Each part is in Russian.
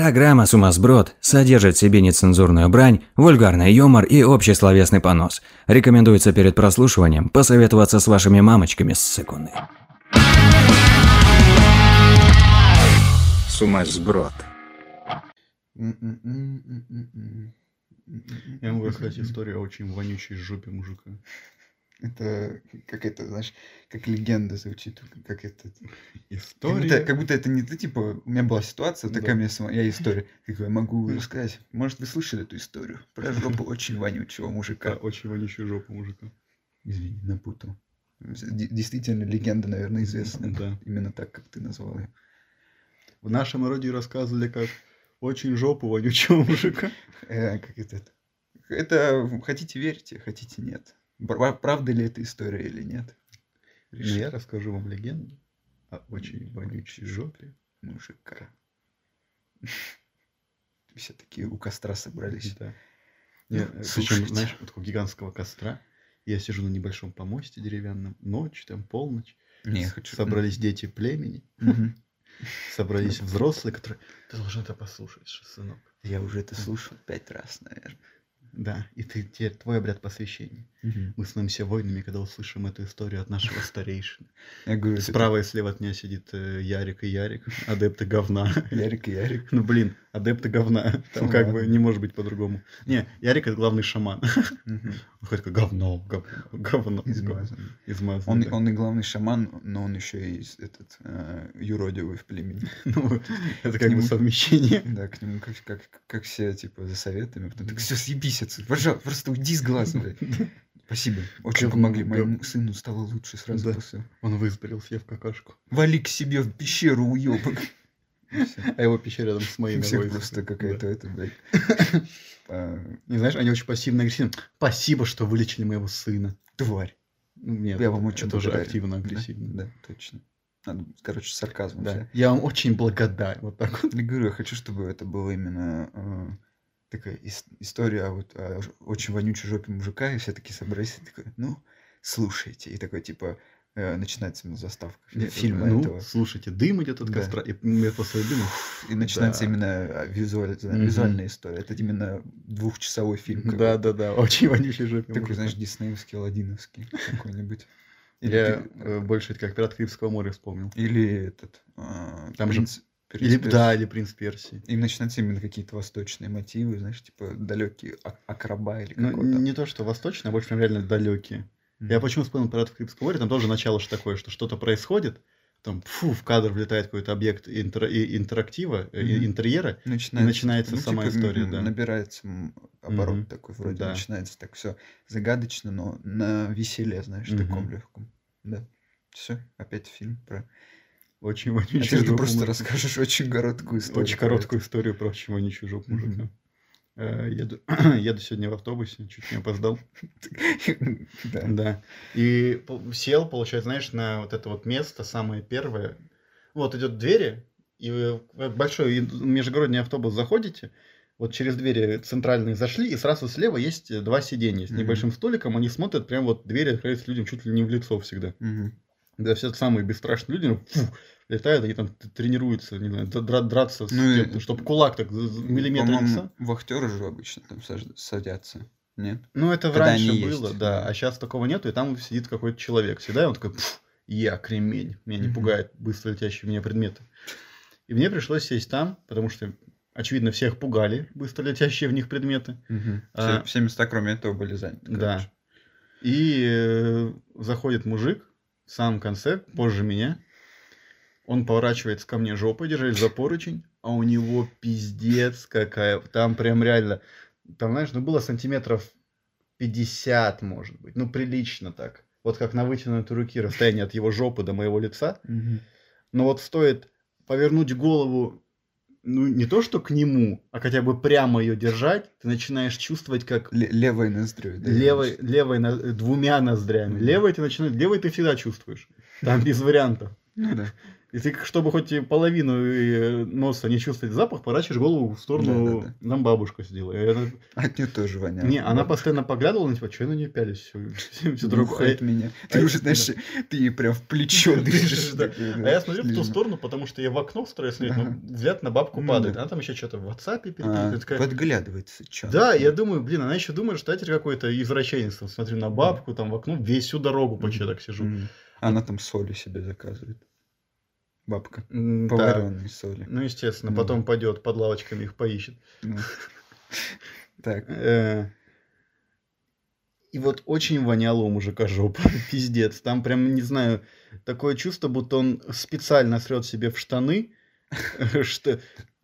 Программа «Сумасброд» содержит в себе нецензурную брань, вульгарный юмор и общий словесный понос. Рекомендуется перед прослушиванием посоветоваться с вашими мамочками с секунды. Сумасброд. Я могу рассказать историю о очень вонючей жопе мужика. Это как это, знаешь, как легенда звучит, как это. Как будто, История. как будто это не ты, типа, у меня была ситуация, такая у меня сама, я история. Такой, могу рассказать. Может, вы слышали эту историю про жопу очень вонючего Про мужика. очень вонючую жопу мужика. Извини, напутал. Д- Действительно, легенда, наверное, известна. Да. Именно так, как ты назвал ее. В нашем народе рассказывали как очень жопу вонючего мужика. Э, как это? это? Это хотите верьте, хотите нет. Бра- Правда ли эта история или нет? Но я расскажу вам легенду о очень вонючей жопе. мужика. Все такие у костра собрались. Да. Я, э, Причем, слушайте. знаешь, вот такого гигантского костра. Я сижу на небольшом помосте деревянном. Ночь, там полночь. Не, я С- хочу- Собрались дети племени. Мгм. Собрались взрослые, которые... Ты должен это послушать, ш- сынок. Я уже это слушал пять раз, наверное. Да, и ты, теперь твой обряд посвящения. Мы становимся воинами, когда услышим эту историю от нашего старейшины. Я говорю, это Справа и слева от меня сидит э, Ярик и Ярик, адепты говна. Ярик и Ярик. Ну блин, адепты говна. Там Ну как бы ладно. не может быть по-другому. Не, Ярик это главный шаман. Мгм. Он такой говно, говно, говно. Измазанный. Измазанный, Он, да. он и главный шаман, но он еще и с- этот э, юродивый в племени. Ну, вот, это К как бы нему- совмещение. Да, к нему как, как, как все, типа, за советами. Потом так, все, съебись отсюда, пожалуйста, просто уйди с глаз, блядь». Спасибо, очень Говно, помогли. говно. Моему сыну стало лучше сразу Да. после. Он вызбрился, я в какашку. Вали к себе в пещеру, уебок. А его пещера рядом с моей У ногой. всех просто Да. какая-то это, блядь. а, Не знаешь, они очень пассивно агрессивны. Спасибо, что вылечили моего сына. Тварь. Ну, Нет, Я вам это очень тоже благодарен. активно Да, агрессивно. Да, точно. Надо, короче, с сарказмом. Да. Да. Я вам очень благодарен. Вот так вот. Я говорю, я хочу, чтобы это было именно э, такая ис- история о вот о ж- очень вонючей жопе мужика, и все таки собрались, и такой, ну, слушайте. И такой, типа, э, начинается именно заставка фи- фильма ну, этого. слушайте, дым идет от Да. костра. И я просто думаю, И начинается да. именно э, визуаль- Мгм. визуальная история. Это именно двухчасовой фильм. какой-то. да, да, да, очень вонючий жопе. Такой, мужика. знаешь, диснеевский, аладдиновский какой-нибудь. Или я ты- э, больше это как пират Карибского моря вспомнил. Или этот... а, Там же принц- принц Или, Перси. да, или принц Персии. И начинаются именно какие-то восточные мотивы, знаешь, типа далекие а- акроба или Ну, какой-то. не то, что восточные, а больше прям реально далекие. Я почему вспомнил «Пират Карибского моря», там тоже начало же такое, что что-то происходит, там, фу, в кадр влетает какой-то объект интер- и- интерактива, э, и Мгм. интерьера, Начинается, начинается сама история, м, да. Набирается м, оборот Мгм. такой, вроде Да. начинается так все загадочно, но на веселе, знаешь, Мгм. таком легком. Да. Все, опять фильм про... очень А вонючий теперь ты жопу просто мужика. расскажешь очень короткую историю. Очень про короткую историю про очень вонючую жопу Мгм. мужика. Э, Еду, еду сегодня в автобусе, чуть не опоздал. это. Да. Да. И пол- сел, получается, знаешь, на вот это вот место, самое первое. Вот идет двери, и вы в большой ин- межгородный автобус заходите, вот через двери центральные зашли, и сразу слева есть э, два сиденья с Мгм. небольшим столиком, они смотрят, прям вот двери открываются людям чуть ли не в лицо всегда. Мгм. Да, все самые бесстрашные люди, ну, фу, летают, они там т- тренируются, не знаю, дра- драться, Ну и- чтобы кулак так з- з- миллиметр лица. По-моему, вахтеры же обычно там саж- садятся. Нет? Ну, это Когда раньше они было, есть. да. А сейчас такого нету, и там сидит какой-то человек всегда, и он такой, «Пф, я кремень, меня не Мгм. пугает быстро летящие у меня предметы. И мне пришлось сесть там, потому что, очевидно, всех пугали быстро летящие в них предметы. Мгм. А- Все, все места, кроме этого, были заняты. Да. И э, заходит мужик в самом конце, позже меня. Он поворачивается ко мне жопой, держась за поручень, а у него пиздец какая. Там прям реально, там, знаешь, ну было сантиметров 50, может быть. Ну, прилично так. Вот как на вытянутой руке расстояние от его жопы до моего лица. короче. Но вот стоит повернуть голову, ну, не то что к нему, а хотя бы прямо ее держать, ты начинаешь чувствовать, как Ле- левой ноздрёй, да, я левой, вижу. левой на- двумя ноздрями. Мгм. Левой ты начинаешь, левой ты всегда чувствуешь. Там без вариантов. Ну да. И ты, чтобы хоть и половину э, носа не чувствовать запах, поворачиваешь голову в сторону, Да-да-да. нам бабушка сидела. И она- От нее тоже воняет. Не, она Да. постоянно поглядывала на тебя, что я на нее пялюсь, все, все Нюхает Ну, меня. Ты а- уже, знаешь, ты ей прям в плечо Да, дышишь. да. такой, А да, я смотрю в ту слизно. сторону, потому что я в окно стараюсь смотреть, но Ага. взгляд на бабку Ну падает. да. Она там еще что-то в WhatsApp А, переписывает. такая, Подглядывается чё Да, она я там. думаю, блин, она еще думает, что я теперь какой-то извращенец. там Смотрю на бабку, там в окно, весь всю дорогу почти Мгм. так сижу. М. Она там соли себе заказывает. Бабка. М, да. Поваренные соли. Ну, естественно, Ну потом пойдет под лавочками их поищет. Ну. Так. Э, И вот очень воняло у мужика жопа, пиздец. Там прям, не знаю, такое чувство, будто он специально срет себе в штаны, что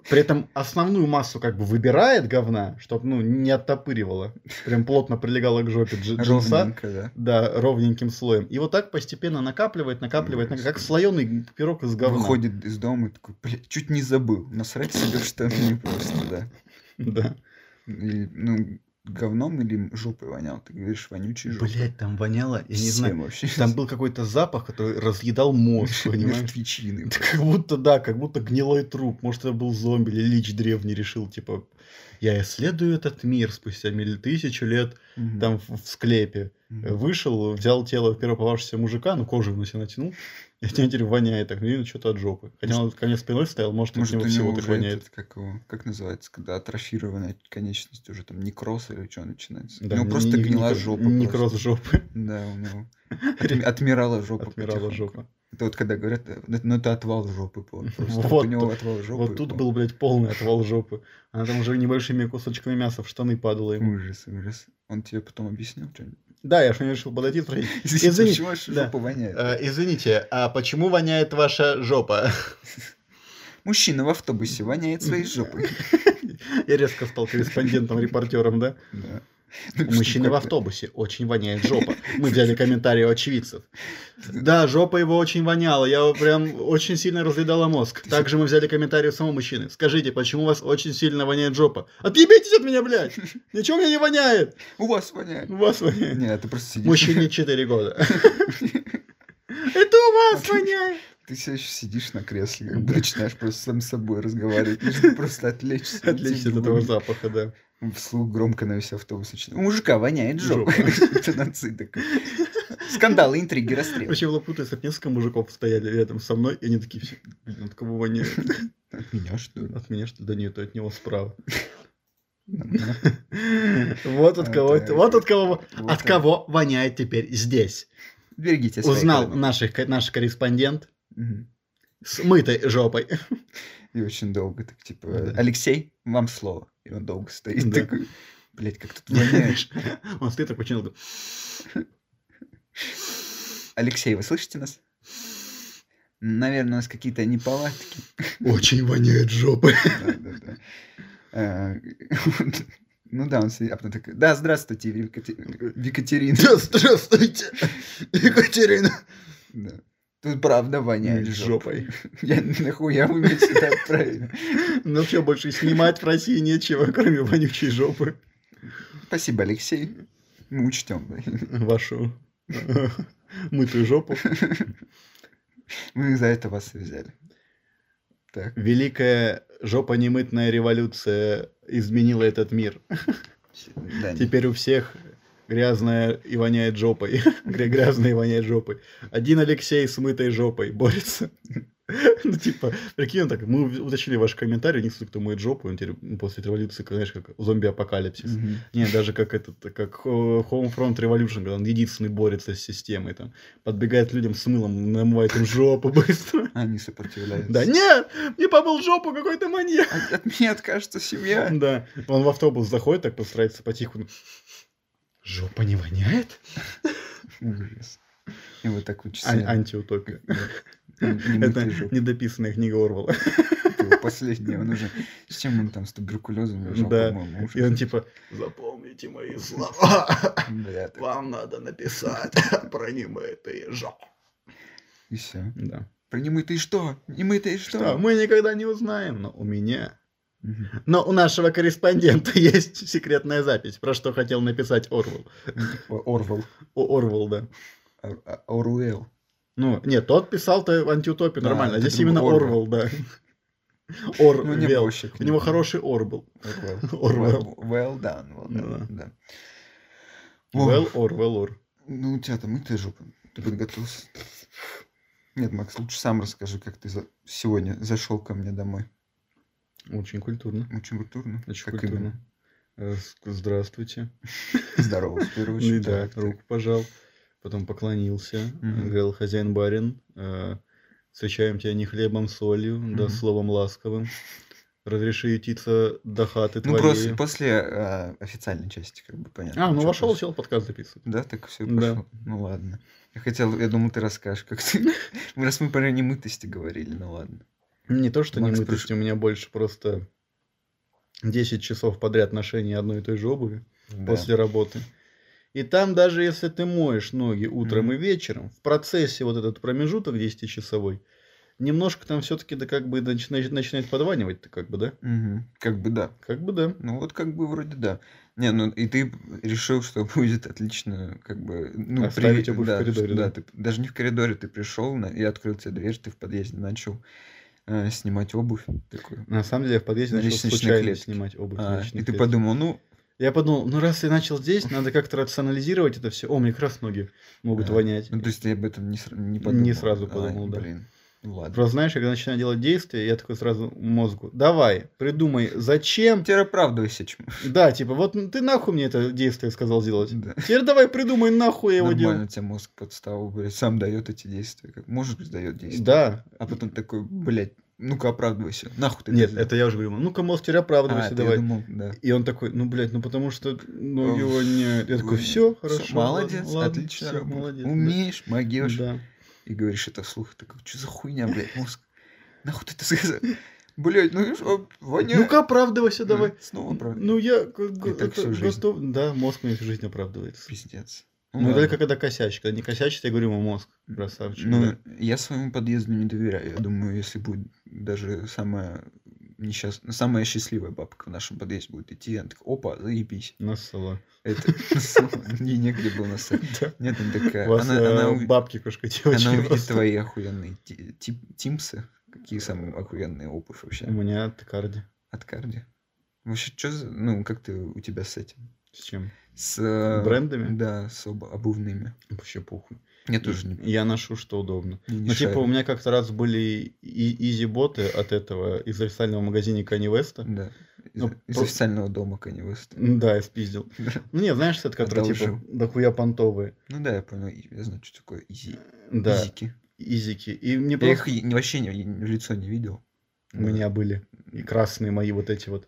при этом основную массу как бы выбирает говна, чтобы, ну, не оттопыривало. Прям плотно прилегало к жопе дж- джинса. Ровненько, да. Да, ровненьким слоем. И вот так постепенно накапливает, накапливает, нак- как слоеный пирог из говна. Выходит из дома и такой, блядь, чуть не забыл. Насрать себе в штаны просто, да. Да. Или, ну, говном или жопой вонял. Ты говоришь, вонючий жопой. Блять, там воняло, я не Всем знаю. вообще. Там был какой-то запах, который разъедал мозг, понимаешь? Мертвечины. Да Как будто, да, как будто гнилой труп. Может, это был зомби или лич древний решил, типа, я исследую этот мир спустя миль тысячу лет Мгм. там в, в склепе. Мгм. Вышел, взял тело первого попавшегося мужика, ну, кожу на себя натянул, и от него теперь воняет, так, видно, что-то от жопы. Хотя он ко мне спиной стоял, может, Может, у от него всего него так уже воняет. этот, как, его, как называется, когда атрофированная конечность уже там некроз или что начинается. Да, у него просто не- не- гнила не- жопа. Некроз просто. жопы. а Да, у него отми- отмирала жопа. Отмирала потихоньку. жопа. Это вот когда говорят, э, ну это отвал жопы был. Просто вот, Вот у него тут- отвал жопы. Вот тут был. был, блядь, полный отвал жопы. Она там уже небольшими кусочками мяса в штаны падала ему. Ужас, ужас. Он тебе потом объяснил что-нибудь? Да, я же решил подойти и спросить, Извини, Почему аж да. жопа воняет? «Э, Извините, а почему воняет ваша жопа? Мужчина в автобусе воняет своей жопой. Я резко стал корреспондентом, репортером, да? Да. Ну, У что мужчины в такое? автобусе очень воняет жопа. Мы взяли комментарии у очевидцев. Да, жопа его очень воняла. Я его прям очень сильно разъедала мозг. Также мы взяли комментарий у самого мужчины. Скажите, почему у вас очень сильно воняет жопа? Отъебитесь от меня, блядь! Ничего у меня не воняет! У вас воняет. У вас воняет. Не, а ты просто сидишь. Мужчине 4 года. Это у вас воняет! Ты все еще сидишь на кресле, как бы начинаешь просто сам с собой разговаривать, лишь бы просто отвлечься. идти Отлично в от этого другой мир. запаха, да. Вслух громко на весь автобус начинает. У мужика воняет жопа. Жопа. Интонации такой. Скандалы, интриги, расстрелы. Вообще было путаю, если б несколько мужиков стояли рядом со мной, и они такие все, блин, от кого воняет? От меня, что ли? От меня что? Да нет, от него справа. Нормально. Вот от А, кого, так. вот от кого, Вот от так. кого воняет теперь здесь. Берегите свои Узнал колонки. наших, наш корреспондент Мгм. с мытой жопой. И очень долго так, типа, Да. Алексей, вам слово. И он долго стоит Да. такой, блядь, как тут воняет. Он стоит так починил. говорит, Алексей, вы слышите нас? Наверное, у нас какие-то неполадки. Очень воняет жопой. Да, да, да. Э, Ну да, он сидит, а потом такой, да, здравствуйте, в Екате- в Екатерине. Да, здравствуйте, Екатерина. Да. Тут правда воняет жопа. Жопой. Я нахуя вы меня сюда отправили? Ну все, больше и снимать в России нечего, кроме вонючей жопы. Спасибо, Алексей. Мы учтем. Вашу э, мытую жопу. Мы за это вас и взяли. Так, Великая жопонемытная революция изменила этот мир. да, Теперь у всех грязная и воняет жопой. Гря- Грязная и воняет жопой. Один Алексей с мытой жопой борется. Ну, типа, прикинь, он так, мы ув- уточнили ваш комментарий, единственный, кто моет жопу, он теперь ну, после этой как знаешь, как зомби-апокалипсис. Мгм. Не, даже как этот, как Ho- Home Front Revolution, когда он единственный борется с системой, там, подбегает людям с мылом, намывает им жопу быстро. Они сопротивляются. Да нет, мне помыл жопу какой-то маньяк. От, от меня откажется семья. Да, он в автобус заходит, так постарается потиху. ну, Жопа не воняет? Ужас. И вот так вот Ан- часами. Антиутопия. Это Это недописанная книга Орвала. последняя. типа, Он уже... С чем он там, с туберкулезом лежал, Да. по-моему? И он типа, запомните мои слова, Бля, так, вам надо написать про немытые жопы. и все. Да. Про немытые что? Немытые что? Что, мы никогда не узнаем, но у меня... Мгм. Но у нашего корреспондента есть секретная запись, про что хотел написать Орвел. О- Орвел. О, Орвел, да. Ор- а- Оруэлл. Ну, нет, тот писал-то антиутопию Да, нормально, а это здесь друг- именно Орвел. Орвел, да. Орвел. Ну, не было еще У него книги. хороший Ор был. Well, Орвел. well, well done, well Ну done, да. О, Well, Орвел, Ор. Ну, у тебя там и ты жопа. Ты подготовился. Нет, Макс, лучше сам расскажи, как ты за- сегодня зашел ко мне домой. Очень культурно. Очень культурно. Очень Как культурно. именно? Э, с- Здравствуйте. Здорово, в первую Ну и очередь. да, так, так. руку пожал, потом поклонился, Мгм. говорил хозяин барин, э, встречаем тебя не хлебом а солью, да Мгм. словом ласковым, разреши ютиться до хаты Ну, твоей. просто после э, официальной части, как бы, понятно. А, ну чё вошел, происходит. сел подкаст записывать. Да, так все Да. пошло. Ну ладно. Я хотел, я думал, ты расскажешь, как ты. Раз мы про немытости говорили, ну ладно. Не то, что не Макс немытость, у меня больше просто 10 часов подряд ношения одной и той же обуви после работы. И там даже если ты моешь ноги утром и вечером, в процессе вот этот промежуток 10-часовой, немножко там все-таки да как бы начинает, начинает подванивать-то как бы, да? Мгм. Как бы да. Как бы да. Ну вот как бы вроде да. Не, ну и ты решил, что будет отлично, как бы, ну, Оставить приве- обувь в да, коридоре, что- Да, да. ты даже не в коридоре ты пришел, и открыл тебе дверь, ты в подъезде начал э, снимать обувь такую. На самом деле я в подъезде На начал лестничной случайно клетке. снимать обувь. на А, лестничной и ты клетке. подумал, ну, Я подумал, ну раз я начал здесь, надо как-то рационализировать это все. О, мне как раз ноги могут а, вонять. Ну, то есть ты об этом не, сра- не Не подумал. сразу А, подумал, да. Блин. Ну ладно. Просто знаешь, я когда начинаю делать действия, я такой сразу мозгу, давай, придумай, зачем? Теперь оправдывайся, чем. Да, типа, вот ты нахуй мне это действие сказал делать. Да. Теперь давай придумай, нахуй я его Нормально делал. тебе мозг подставил, блядь, сам дает эти действия. Как может быть, дает действия. Да. А потом такой, блядь, ну-ка оправдывайся. Нахуй ты Нет, сделал. это я уже говорю, ну-ка, мозг, теперь А, оправдывайся, ты, я давай. думал, да. И он такой, ну, блядь, ну потому что, ну, Уф, его не... Я такой, блин. Всё, все, хорошо. молодец, ладно, ладно, отлично всё, работаешь. молодец. да». Умеешь, могешь. Да. И говоришь это вслух. Ты как, что за хуйня, блядь, мозг? Нахуй ты это сказал? Блядь, ну, видишь, а, Ваня... Ну-ка, оправдывайся давай. Снова, правда. Ну, я как бы И так это всю жизнь. готов... Да, мозг мне всю жизнь оправдывается. пиздец. Ну, ладно. только когда косячит. Когда не косячит, я говорю ему мозг, красавчик. Ну, да. я своему подъезду не доверяю. Я думаю, если будет даже самая несчастная, самая счастливая бабка в нашем подъезде будет идти, она такая, опа, заебись. Нассала. Это не негде было насрать. Да. Нет, она У такая, вас она, она, э, уви- бабки кошка девочки. она увидит просто. твои охуенные ти- ти- тимсы. Какие самые охуенные обувь У вообще? меня Токарди. От Карди. Вообще, что за... Ну, как ты у тебя с этим? С чем? С... э, Брендами? Да, с обу- обувными. Вообще похуй. Я тоже не... Я ношу что удобно. не- не Ну, типа, шарю. у меня как-то раз были и- изи-боты от этого, из официального магазина Кани Веста. Да. Из, Ну, из про- официального дома Kanye West. Да, я спиздил. Ну, не, знаешь, это которые, типа, Одолжил. дохуя понтовые. Ну да, я понял, и- я знаю, что такое изи. Да, Изики. изики. И мне Я просто... их и- не- вообще не, и в лицо не видел. У меня были. И красные мои вот эти вот.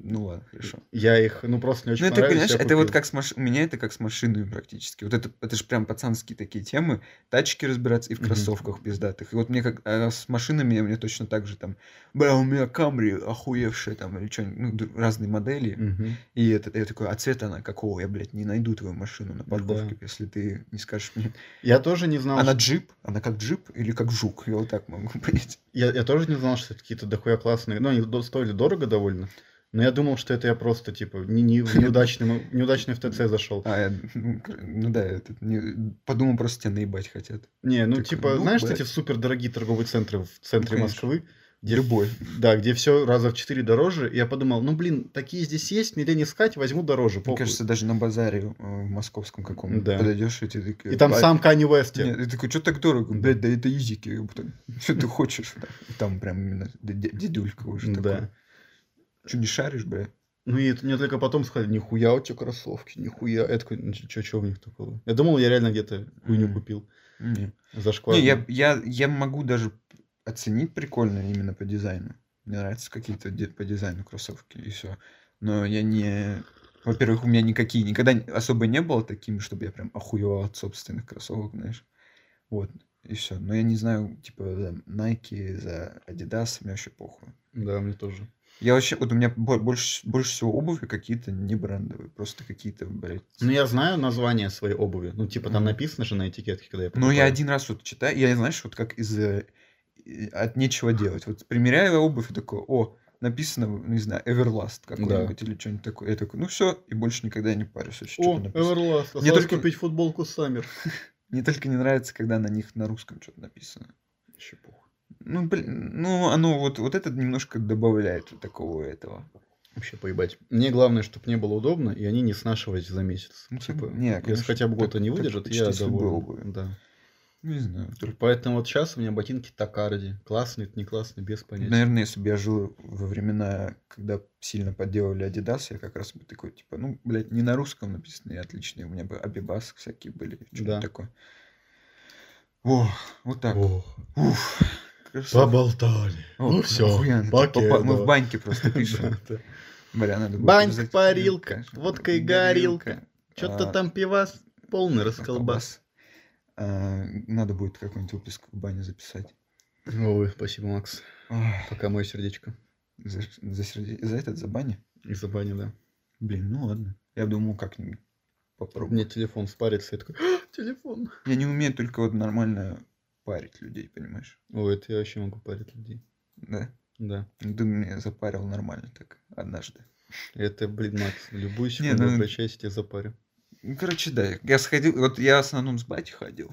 Ну ладно, хорошо. Я их, ну, просто не очень Ну, это, понравились, понимаешь, я это вот купил. как с маш... у меня это как с машинами практически. Вот это, это же прям пацанские такие темы. Тачки разбираться и в Мгм. кроссовках пиздатых. И вот мне как а с машинами мне точно так же там, бля, у меня камри охуевшая там или что-нибудь, ну, д- разные модели. Мгм. И это, я такой, а цвет она какого? Я, блядь, не найду твою машину на парковке, если ты не скажешь мне. Я тоже не знал, Она что- джип? Она как джип или как жук? Я вот так могу понять. я, я тоже не знал, что это какие-то дохуя классные. Ну, они до- стоили дорого довольно. Но я думал, что это я просто, типа, не, не- в неудачный, в неудачный в ТЦ зашел. А, я, ну, кр- ну да, этот, не- подумал, просто тебя наебать хотят. Не, ну Такой, типа, ну, знаешь, блядь. эти супер дорогие торговые центры в центре конечно. Москвы, где Любой. да, где все раза в четыре дороже. И я подумал, ну блин, такие здесь есть, мне лень искать, возьму дороже. Мне Похуй. кажется, даже на базаре э, в московском каком Да. подойдешь, и ты такой... и там «А, сам Кани Уэст. тебе. Нет, ты такой, что так дорого? Блядь, да это изики. Что ты хочешь? И Там прям именно д- д- дедулька уже такой. да. Что, не шаришь, блядь? Ну и это мне только потом сказали, нихуя у тебя кроссовки, нихуя. Я такой, ну чё, чё у них такого? Я думал, я реально где-то хуйню Мгм. купил Не, за шквар. Не, я, я, я могу даже оценить прикольно именно по дизайну. Мне нравятся какие-то ди- по дизайну кроссовки и все. Но я не... Во-первых, у меня никакие никогда н- особо не было такими, чтобы я прям охуевал от собственных кроссовок, знаешь. Вот, и все. Но я не знаю, типа, за Nike, за Adidas, мне вообще похуй. Да, мне тоже. Я вообще, вот у меня бо- больше, больше всего обуви какие-то не брендовые, просто какие-то, блядь. Ну я знаю название своей обуви. Ну типа там Мгм. написано же на этикетке, когда я Ну, покупаю. я один раз вот читаю, я, знаешь, вот как из... э, и- От нечего делать. Вот примеряю я обувь и такой, о, написано, ну, не знаю, Everlast какой-нибудь или что-нибудь такое. Я такой, ну все, и больше никогда не парюсь. если О, что-то написано. Мне Everlast. Осталось только- купить футболку Саммер. Мне только не нравится, когда на них на русском что-то написано. Щепуха. Ну, блин, ну, оно вот, вот это немножко добавляет вот такого этого. Вообще поебать. Мне главное, чтобы не было удобно, и они не снашивались за месяц. Ну, типа, как бы, не, если конечно, хотя бы так- год они так выдержат, почти я всё доволен. было бы. Да. Не знаю. только- Поэтому вот сейчас у меня ботинки Токарди. Классные, это не классные, без понятия. Наверное, если бы я жил во времена, когда сильно подделывали Adidas, я как раз бы такой, типа, ну, блядь, не на русском написано, и отличные, у меня бы Абибас всякие были, что-то Да. такое. О, вот так. Ох, Уф. красота. поболтали. О, ну всё, охуенно. баки Попа- Мы этого. в баньке просто пишем. Да, да. Бля, надо было Банька, взять парилка, конечно. водка и горилка. Чё-то А, там пивас полный а, расколбас. А, Надо будет какой-нибудь выпуск в бане записать. Ой, спасибо, Макс. Ой, Пока мое сердечко. За за серде- за этот, за баня? И забани, да. Блин, ну ладно. Я думал, как-нибудь попробую. Мне телефон спарится, я такой, «А, телефон. Я не умею только вот нормально парить людей, понимаешь? Ой, это я вообще могу парить людей. Да? Да. Ну, Ты меня запарил нормально так однажды. Это, блин, Макс, любую секунду ну- обращайся, я тебя запарю. Ну, короче, да. Я сходил, вот я в основном с батей ходил.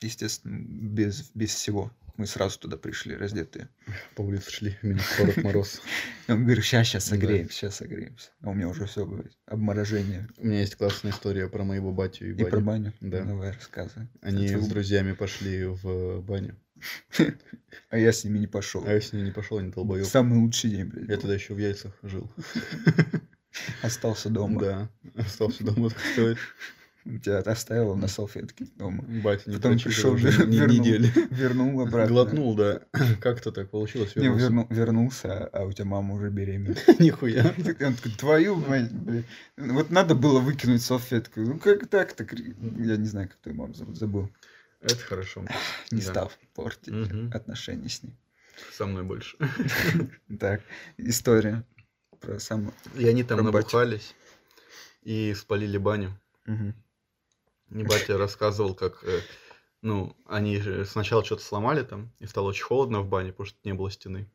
Естественно, без, без всего. Мы сразу туда пришли, раздетые. По улице шли, минус 40 мороз. И он говорит, сейчас, сейчас Ну Да. согреем, сейчас согреемся. А у меня уже все обморожение. У меня есть классная история про моего батю и И про баню. баню. Да. Давай рассказывай. Они Это с вы- друзьями пошли в э, баню. А я с ними не пошел. А я с ними не пошел, они долбоёб. Самый лучший день, блядь. Я был. тогда еще в яйцах жил. Остался дома. Да. Остался дома, так сказать. Тебя оставила на салфетке дома. Батя не Потом пришел, прочистил уже вер- не- вернул. недели. Вернул обратно. Глотнул, да. Как-то так получилось. Не, вернулся. вернул- вернулся, а у тебя мама уже беременна. Нихуя. И Он такой, твою мать, блядь. Вот надо было выкинуть салфетку. Ну как так? так? Я не знаю, как твою маму зовут, забыл. Это хорошо. Не Да. стал портить Мгм. отношения с ней. Со мной больше. Так, история про саму... И они там Про батю. набухались и спалили баню. Мгм. И батя рассказывал, как... э, Ну, они же сначала что-то сломали там, и стало очень холодно в бане, потому что не было стены.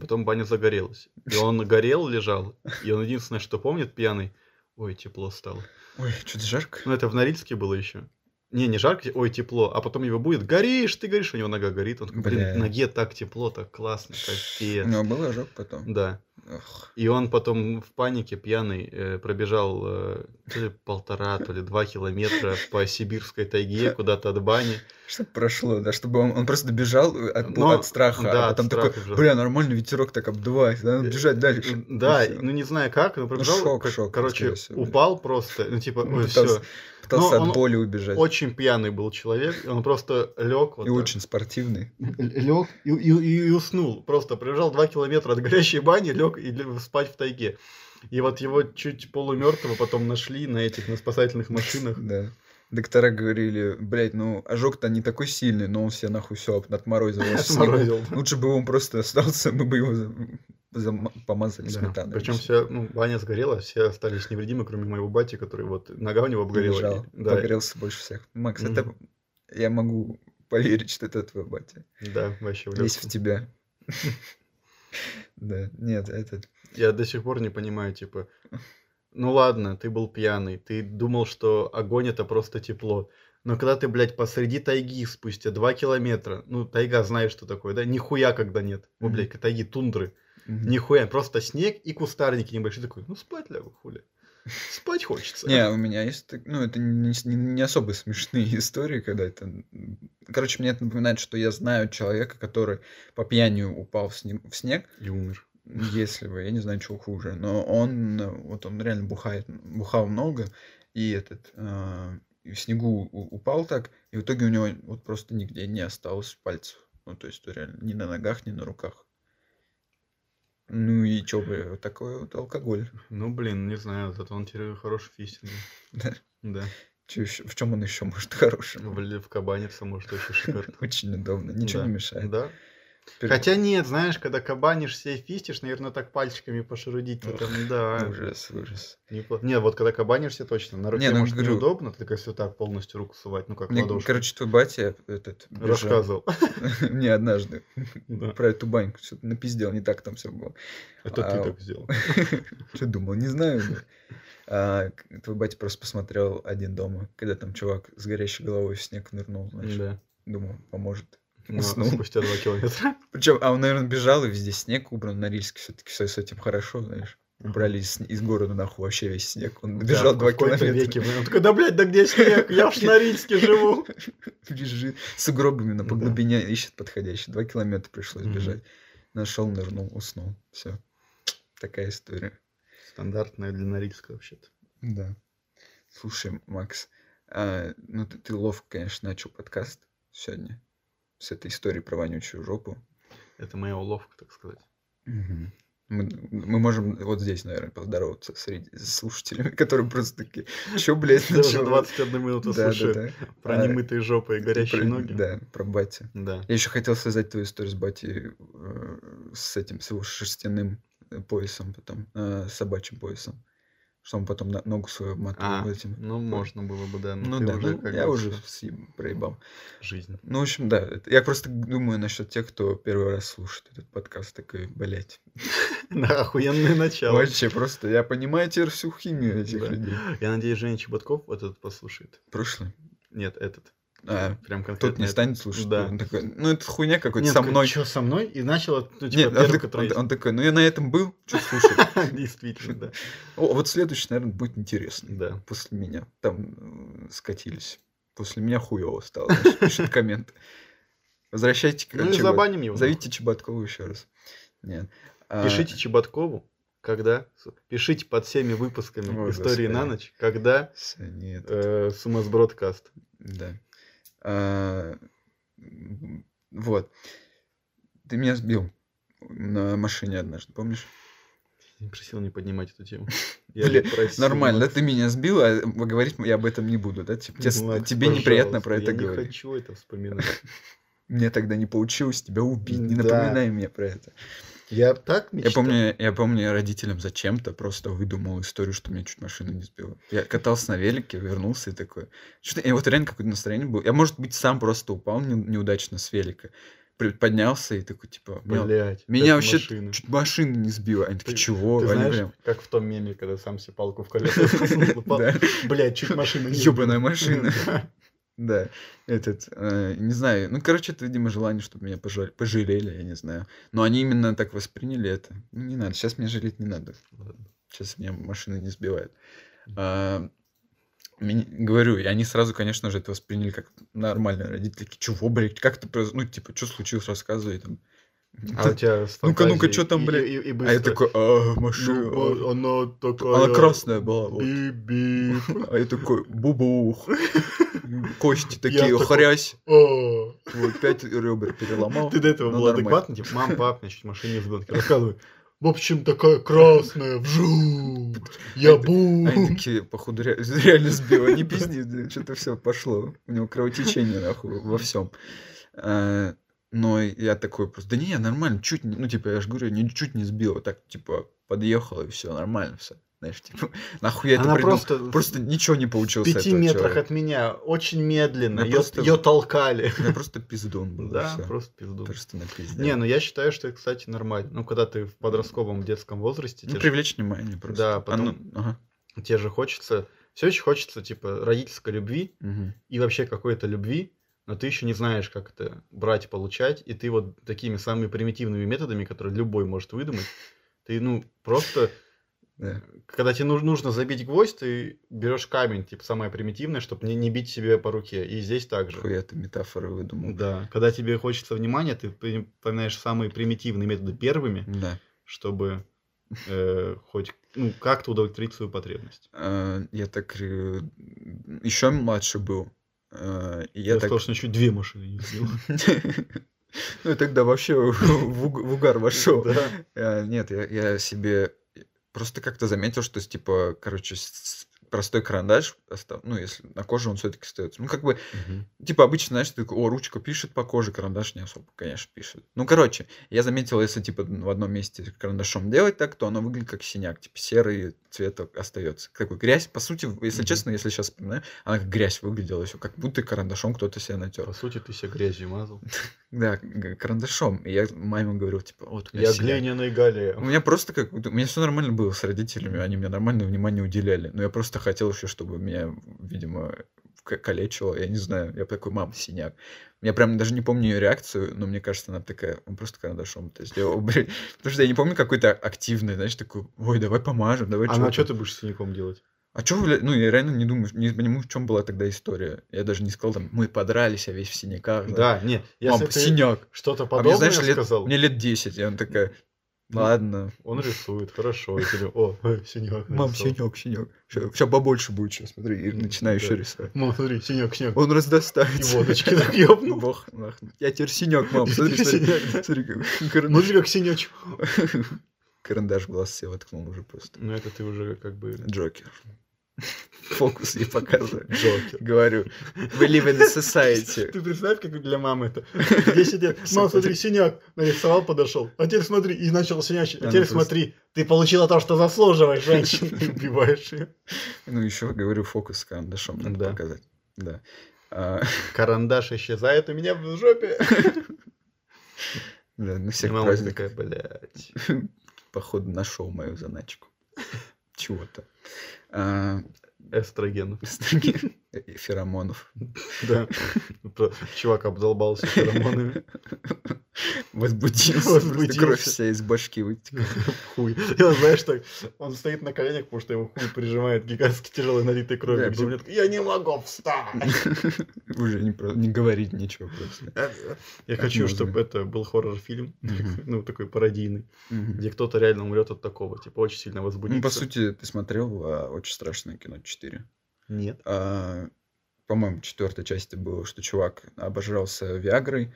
Потом баня загорелась. И он горел, лежал, и он единственное, что помнит, пьяный, ой, тепло стало. Ой, что-то жарко. Ну, это в Норильске было еще. Не, не жарко, ой, тепло, а потом его будет, горишь, ты горишь, у него нога горит. Он такой, Бля. Ну, блин, ноге так тепло, так классно, У капец. него был ожог потом. Да. Ох. И он потом в панике пьяный э, пробежал э, то ли полтора, то ли два километра по сибирской тайге куда-то от бани. Чтоб прошло, да, чтобы он, он просто бежал от, Но- от страха, Ну, да, а от потом страха такой, же. бля, нормально ветерок так обдувает, надо бежать дальше. М, Да, И всё. ну не знаю как, но пробежал, шок, как- шок, скорее короче, всего, блин. упал просто, ну типа, Ну, ой, пытался все. Пытался но от он боли убежать. Очень пьяный был человек, и он просто лег вот и очень спортивный. Лег и, и- и уснул. Просто пробежал два километра от горящей бани, лег и лё- спать в тайге. И вот его чуть полумертвого потом нашли на этих на спасательных машинах. Да. Доктора говорили, блядь, ну ожог-то не такой сильный, но он себе нахуй все отморозил. он снегу. Сморозил. да. Лучше бы он просто остался, мы бы его за- зам- помазали сметаной. Причем все, ну, баня сгорела, все остались невредимы, кроме моего бати, который вот нога у него обгорела. погорел. и- да, Погорелся больше всех. Макс, Мгм. это я могу поверить, что это твой батя. да, вообще в Весь лёгкую. в тебя. Да, нет, это... Я до сих пор не понимаю, типа, ну ладно, ты был пьяный, ты думал, что огонь это просто тепло. Но когда ты, блядь, посреди тайги спустя два километра, ну, тайга, знаешь, что такое, да? Нихуя когда нет. О, Мгм. блядь, к- тайги, тундры. мгм. Нихуя, просто снег и кустарники небольшие. Такой, ну, спать лягу, хули. Спать хочется. Не, у меня есть, так- ну, это не, с- не- не особо смешные истории, когда это... м, Короче, мне это напоминает, что я знаю человека, который по пьяни упал в снег, в снег, И умер. если бы, я не знаю, чего хуже, но он, э, вот он реально бухает, бухал много, и этот, э, и в снегу у- упал так, и в итоге у него вот просто нигде не осталось пальцев. Ну, то есть, реально, ни на ногах, ни на руках. Ну и чё бы, вот такой вот алкоголь. Ну, блин, не знаю, зато он теперь хороший фистинг. Да. Да. Чё ещё- в чем он еще может хорошим? В, в кабанице, может, вообще шикарно. Очень удобно, ничего Да. не мешает. Да. Теперь Хотя нет, знаешь, когда кабанишься и фистишь, наверное, так пальчиками пошерудить. то Ох, там, да. Ужас, ужас. непло- Не, вот когда кабанишься, точно. На руке, ну, может, говорю- неудобно, ты как все так полностью руку сувать, ну, как Мне, ладошку. короче, твой батя этот бежал. Рассказывал. мне однажды Да. про эту баньку что-то напиздел, не так там все было. Это А, ты так сделал. Что думал, не знаю. бля. А, к- твой батя просто посмотрел один дома, когда там чувак с горящей головой в снег нырнул, знаешь. Да. Ну, Думал, поможет. Но Уснул. спустя два километра. Причем, а он, наверное, бежал, и везде снег убран. На Рильске все-таки все с этим хорошо, знаешь. Убрали из, из города нахуй вообще весь снег. Он добежал Да, два в кои-то километра. веки, блин. Он такой, да, блядь, да где снег? Я в Шнорильске живу. Бежит с угробами, но по Да. глубине ищет подходящий. Два километра пришлось Мгм. бежать. Нашел, нырнул, уснул. Все. Такая история. Стандартная для Норильска вообще-то. Да. Слушай, Макс, а, ну ты, ты ловко, конечно, начал подкаст сегодня с этой историей про вонючую жопу. Это моя уловка, так сказать. Мы, мы можем вот здесь, наверное, поздороваться среди с слушателями, которые просто такие, чё, блядь, Я уже начало?» 21 минуту Да, да, слушаю да. про А, немытые жопы и ты горящие про- ноги. Да, про батя. Да. Я еще хотел связать твою историю с батей э, с этим, с его шерстяным э, поясом потом, э, с собачьим поясом, что он потом на- ногу свою обмотал А, этим. ну можно было бы, да. Ну но ты да, уже ну, как я бы уже всё, съеб- проебал. Жизнь. Ну, в общем, да, это- я просто думаю насчет тех, кто первый раз слушает этот подкаст, такой, блядь. Да, охуенное начало. Вообще, просто я понимаю теперь всю химию этих Да. людей. Я надеюсь, Женя Чеботков вот этот послушает. Прошлый. Нет, этот. А, Прям конкретно. тот не станет слушать. Да. Он такой, ну, это хуйня какой-то со мной. Что, со мной? И начал, ну, типа, Нет, он, первый, так- который... он- он такой, ну я на этом был, что слушать. есть. Действительно, да. О, вот следующий, наверное, будет интересно. Да. После меня. Там э, скатились. После меня хуево стало. знаешь, Пишут комменты. Возвращайте. Ну и Чебат- забаним его. Зовите Чебаткова еще раз. Нет. А, нахуй. Пишите Чеботкову, когда... Пишите под всеми выпусками Ой, «Истории на господи. ночь», когда с- Нет. э, сумасбродкаст. Да. А, м, Вот. Ты меня сбил на машине однажды, помнишь? Я просил не поднимать эту тему. Бля, же просил, Нормально, да, Макс. ты меня сбил, а говорить я об этом не буду, да? Тип- те- Ну, Макс, тебе неприятно про это пожалуйста, Я не говорить. хочу это вспоминать. Мне тогда не получилось тебя убить, не Да. напоминай мне про это. Я так Я помню, я помню, я родителям зачем-то просто выдумал историю, что меня чуть машина не сбила. Я катался на велике, вернулся и такой. Что-то, я вот реально какое-то настроение было. Я, может быть, сам просто упал не- неудачно с велика. При- Поднялся и такой, типа, меня, Блять. меня вообще чуть машина не сбила. Они такие, Ты- чего? Ты Они знаешь, прям- как в том меме, когда сам себе палку в колеса Да. Блять, чуть машина не Ёбаная сбила. машина. Да. Да, этот, э, не знаю, ну, короче, это, видимо, желание, чтобы меня пожа- пожалели, я не знаю. Но они именно так восприняли это. Ну, Не надо, сейчас меня жалеть не надо. Ладно. Сейчас меня машины не сбивают. А, мен- говорю, и они сразу, конечно же, это восприняли как нормально. Родители такие, чего, блядь, как ты, произ- ну, типа, что случилось, рассказывай там. А у тебя с Ну-ка, ну-ка, фантазией чё там, и- блядь? и- и А я быстро. такой, а, Ну, бо- машина, Она такая... она красная была, вот». Би-бип. А я такой, бубух. Кости Я такие, такой, хрясь. О. Вот, пять ребер переломал. Ты до этого Ну, был нормально. адекватный, типа, мам, пап, меня чуть машина не сбила. Такие, Рассказывай. В общем, такая красная, вжу, я Они- бу. Они такие, походу, ре- реально сбило. Не пизди, что-то все пошло. У него кровотечение, нахуй, во всем. Но я такой просто, да не, нормально, чуть не, ну, типа, я же говорю, не, чуть не сбила, так, типа, подъехала и все, нормально все. Знаешь, типа, нахуй я это Она придумал? просто, Просто ничего не в получилось с пяти этого метрах человека. от меня, очень медленно, Да ее, просто- толкали. Я просто пиздун был, Да, всё. просто пизду. Просто на Не, ну я считаю, что это, кстати, нормально. Ну, когда ты в подростковом детском возрасте, Ну, тебе, привлечь внимание просто. Да, А потом- ну, ага, же, тебе же хочется, все еще хочется, типа, родительской любви мгм. и вообще какой-то любви, но ты еще не знаешь, как это брать, получать, и ты вот такими самыми примитивными методами, которые любой может выдумать, ты, ну, просто Да. когда тебе нуж- нужно забить гвоздь, ты берешь камень, типа самое примитивное, чтобы не, не бить себе по руке. И здесь также. Хуя ты метафоры выдумал. Да. Когда тебе хочется внимания, ты при- вспоминаешь самые примитивные методы первыми, Да. чтобы э, хоть ну, как-то удовлетворить свою потребность. Э, я так еще младше был. Э, и Я, я так... сказал, что еще две машины не сбил. Ну, я тогда вообще в уг- в угар вошел. Да. Э, Нет, я- я себе просто как-то заметил, что, с- типа, короче, с- простой карандаш, остав- ну, если на коже он все-таки остается. Ну, как бы, типа, обычно, знаешь, ты такой, о, ручка пишет по коже, карандаш не особо, конечно, пишет. Ну, короче, я заметил, если, типа, в одном месте карандашом делать так, то оно выглядит как синяк, типа, серый цвет остается. Такой грязь, по сути, если Мгм. честно, если сейчас вспоминаю, она как грязь выглядела, все, как будто карандашом кто-то себя натер. По сути, ты себя грязью мазал. Да, г- карандашом. И я маме говорил, типа, вот у меня Я синяк». глиняный У галея. меня просто как... У меня все нормально было с родителями, они мне нормальное внимание уделяли. Но я просто хотел еще, чтобы меня, видимо, к- калечило. Я не знаю, я такой, мам, синяк. Я прям даже не помню ее реакцию, но мне кажется, она такая, он просто карандашом это сделал, блин. Потому что я не помню какой-то активный, знаешь, такой, ой, давай помажем, давай А на чё-то». что ты будешь с синяком делать? А чё, вы, ну, я реально не думаю, не понимаю, в чем была тогда история. Я даже не сказал, там, мы подрались, я весь в синяках. знаешь. Да, не, если Мам, ты синяк. А что-то мне, подобное знаешь, лет, сказал, мне лет 10, и она такая, Ну, ладно. он рисует, хорошо. Я тебе, о, э, синяк Мам, нарисовал. синек, синек. Сейчас побольше будет, сейчас смотри, и М, начинаю да. еще рисовать. Мам, смотри, синяк, синяк. Он И раздоставится. водочки так ёбнул. Бог, нахуй. Я теперь синек, мам. И Смотри, ты смотри. синяк, да? Смотри, как карандаш. Смотри, Ну как синячу. Карандаш в глаз себе воткнул уже просто. Ну, это ты уже как бы Джокер. Фокус ей показываю. Джокер. Говорю, we live in a society. Ты представь, как для мамы это. 10 лет. Мам, смотри, синяк нарисовал, подошел. А теперь смотри, и начал синячить. А Она теперь просто- смотри, ты получила то, что заслуживаешь, женщина. И убиваешь ее. Ну, еще, говорю, фокус с карандашом Да. надо показать. Да. А, Карандаш исчезает у меня в жопе. Да, на И всех мама такая, праздниках. блядь. Походу, нашел мою заначку. Чего-то. А, Эстрогенов. Эстроген. И феромонов. Да. Про- Чувак обдолбался феромонами. Возбудился. просто Возбудился. Кровь вся из башки вытекла. Хуй. И он, знаешь, так, он стоит на коленях, потому что его хуй прижимает гигантский тяжелый налитый Да, кровью к был- земле. Такой, Я не могу встать. Уже не, про- не говорить ничего просто. Я Как хочу, можно? чтобы это был хоррор-фильм, Мгм. ну, такой пародийный, Мгм. где кто-то реально умрет от такого, типа, очень сильно возбудится. Ну, по сути, ты смотрел а, «Очень страшное кино 4». Нет. А, по-моему, в четвертой части было, что чувак обожрался Виагрой,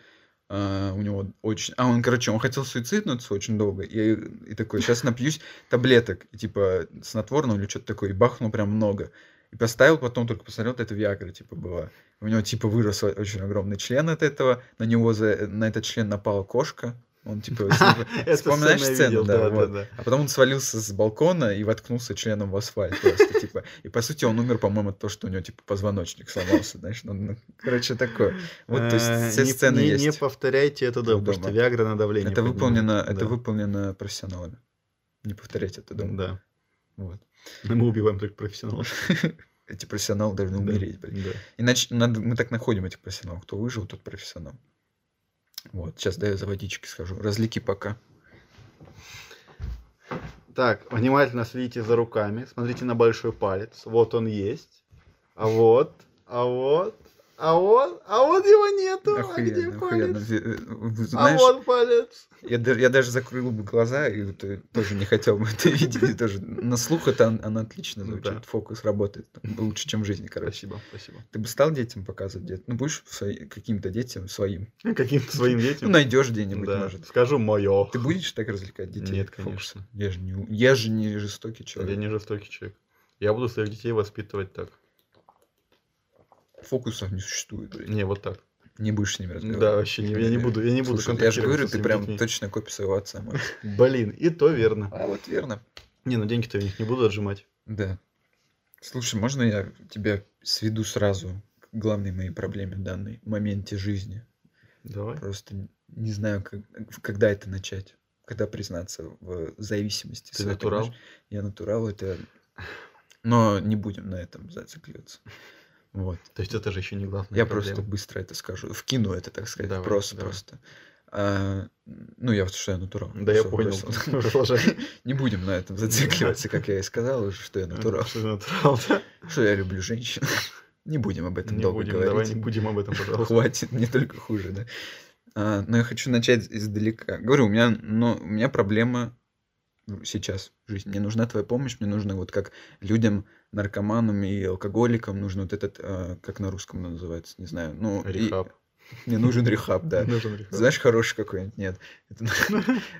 а, у него очень... А, он, короче, он хотел суициднуться очень долго, и, и такой, сейчас напьюсь таблеток, и, типа снотворного или что-то такое, и бахнул прям много. И поставил, потом только посмотрел, это Виагра, типа, была. У него, типа, вырос о- очень огромный член от этого, на него, за... на этот член напала кошка, он, типа, с ним- А, Это Вспоминаешь я сцену, видел, да, да, да, вот. да. а потом он свалился с балкона и воткнулся членом в асфальт просто, типа. И, по сути, он умер, по-моему, от того, что у него, типа, позвоночник сломался, знаешь. ну, ну, короче, такое. Вот, то Э, есть, все не- сцены не- Не есть. повторяйте это, да, Дома. потому что Виагра на давление. Это поднимает. выполнено, это Да. выполнено профессионалами. Не повторять это дома. Да. Вот. Но Мы убиваем только профессионалов. Эти профессионалы должны Да. умереть, блин. Да. Иначе надо- мы так находим этих профессионалов. Кто выжил, тот профессионал. Вот, сейчас да, я за водички схожу. Разлики пока. Так, внимательно следите за руками, смотрите на большой палец. Вот он есть. А вот, а вот, а вот, а вот его нету. А где Охуенно, охуенно. палец? Вы- вы А Знаешь, вот палец. Я, да- я даже закрыл бы глаза, и вот, э, тоже не хотел бы это видеть. и тоже. На слух это он- она отлично Ну звучит. да. Фокус работает лучше, чем в жизни, короче. Спасибо, спасибо. Ты бы стал детям показывать? дет- Ну, будешь свои- каким-то детям своим. Каким-то своим Ну, детям. найдешь где-нибудь, Да, может. Скажу мое. Ты будешь так развлекать детей? Нет, фокусом? конечно. Я же не, у- я же не жестокий Я человек. не жестокий человек. Я буду своих детей воспитывать так. Фокусов не существует. блин. Не, вот так. Не будешь с ними разговаривать. Да, вообще, не- я не буду, я не буду Слушай, ну, я же говорю, контактировать ты со прям своими детьми. точно копия своего отца. можешь. Блин, и то верно. А вот верно. Не, ну деньги-то я у них не буду отжимать. Да. Слушай, можно я тебя сведу сразу к главной моей проблеме в данной моменте жизни? Давай. Просто н- не знаю, как- в- когда это начать, когда признаться в зависимости. Ты своей, натурал? понимаешь? Я натурал, это... Но не будем на этом зацикливаться. Вот. То есть это же еще не главное. Я просто быстро это скажу. Вкину это, так сказать, Давай, просто, давай. просто. А, ну, я вот что я натурал. Да, я Всё, понял. бросил. Продолжай. Не будем на этом зацикливаться, как я и сказал, уже, что я натурал. Что ты натурал, да? Что я люблю женщин. Не будем об этом Не долго будем, давай говорить. не будем об этом, пожалуйста. Хватит, мне только хуже, да. А, но я хочу начать издалека. Говорю, у меня, но у меня проблема ну, сейчас в жизни. Мне нужна твоя помощь, мне нужно вот как людям, наркоманам и алкоголикам, нужен вот этот, а, как на русском он называется, не знаю. Ну, и- Рехаб. Мне нужен рехаб, да. Нужен рехаб. Знаешь, хороший э, какой-нибудь? Нет. Это-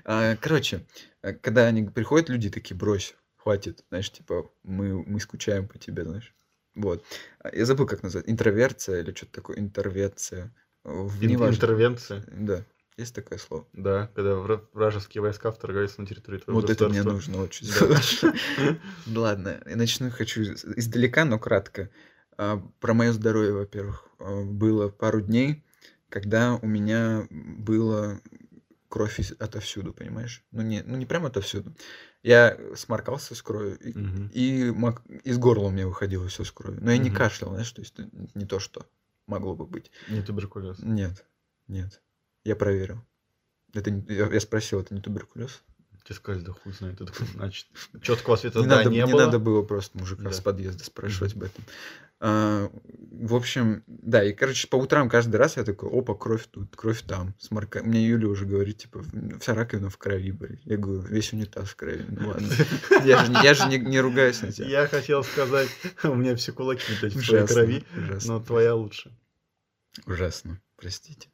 А, Короче, а, когда они приходят, люди такие, брось, хватит, знаешь, типа, мы, мы скучаем по тебе, знаешь. Вот. А Я забыл, как называется, интроверция или что-то такое, интервенция. Э, в- Ин- неважно. Интервенция. Да, есть такое слово. Да, когда вра- вражеские войска вторгаются на территорию твоего Вот это мне государства. нужно очень. Да. срочно. Ну Ладно, я начну хочу из- издалека, но кратко. А, Про мое здоровье, во-первых, А, было пару дней, когда у меня было кровь из- отовсюду, понимаешь? Ну не, ну не прям отовсюду. Я сморкался с кровью, и, Мгм. и мак- из горла у меня выходило все с кровью. Но я не Мгм. кашлял, знаешь, то есть н- не то, что могло бы быть. Не туберкулез. Нет, нет, я проверил. Это не- я я спросил, это не туберкулез? Тебе сказали, да хуй знает. Ты такой, значит, четкого ответа Не, да надо, не не, было. надо было просто мужика Да. с подъезда спрашивать об этом. А, в общем, да, и, короче, по утрам каждый раз я такой, опа, кровь тут, кровь там. Сморка... Мне Юля уже говорит, типа, «М, вся раковина в крови, блин. Я говорю, весь унитаз в крови. Ну ладно. Я же, не- я же не, не ругаюсь на тебя. Я хотел сказать, у меня все кулаки то есть в твоей Ужасно, крови, ужасно, но твоя лучше. Ужасно, простите.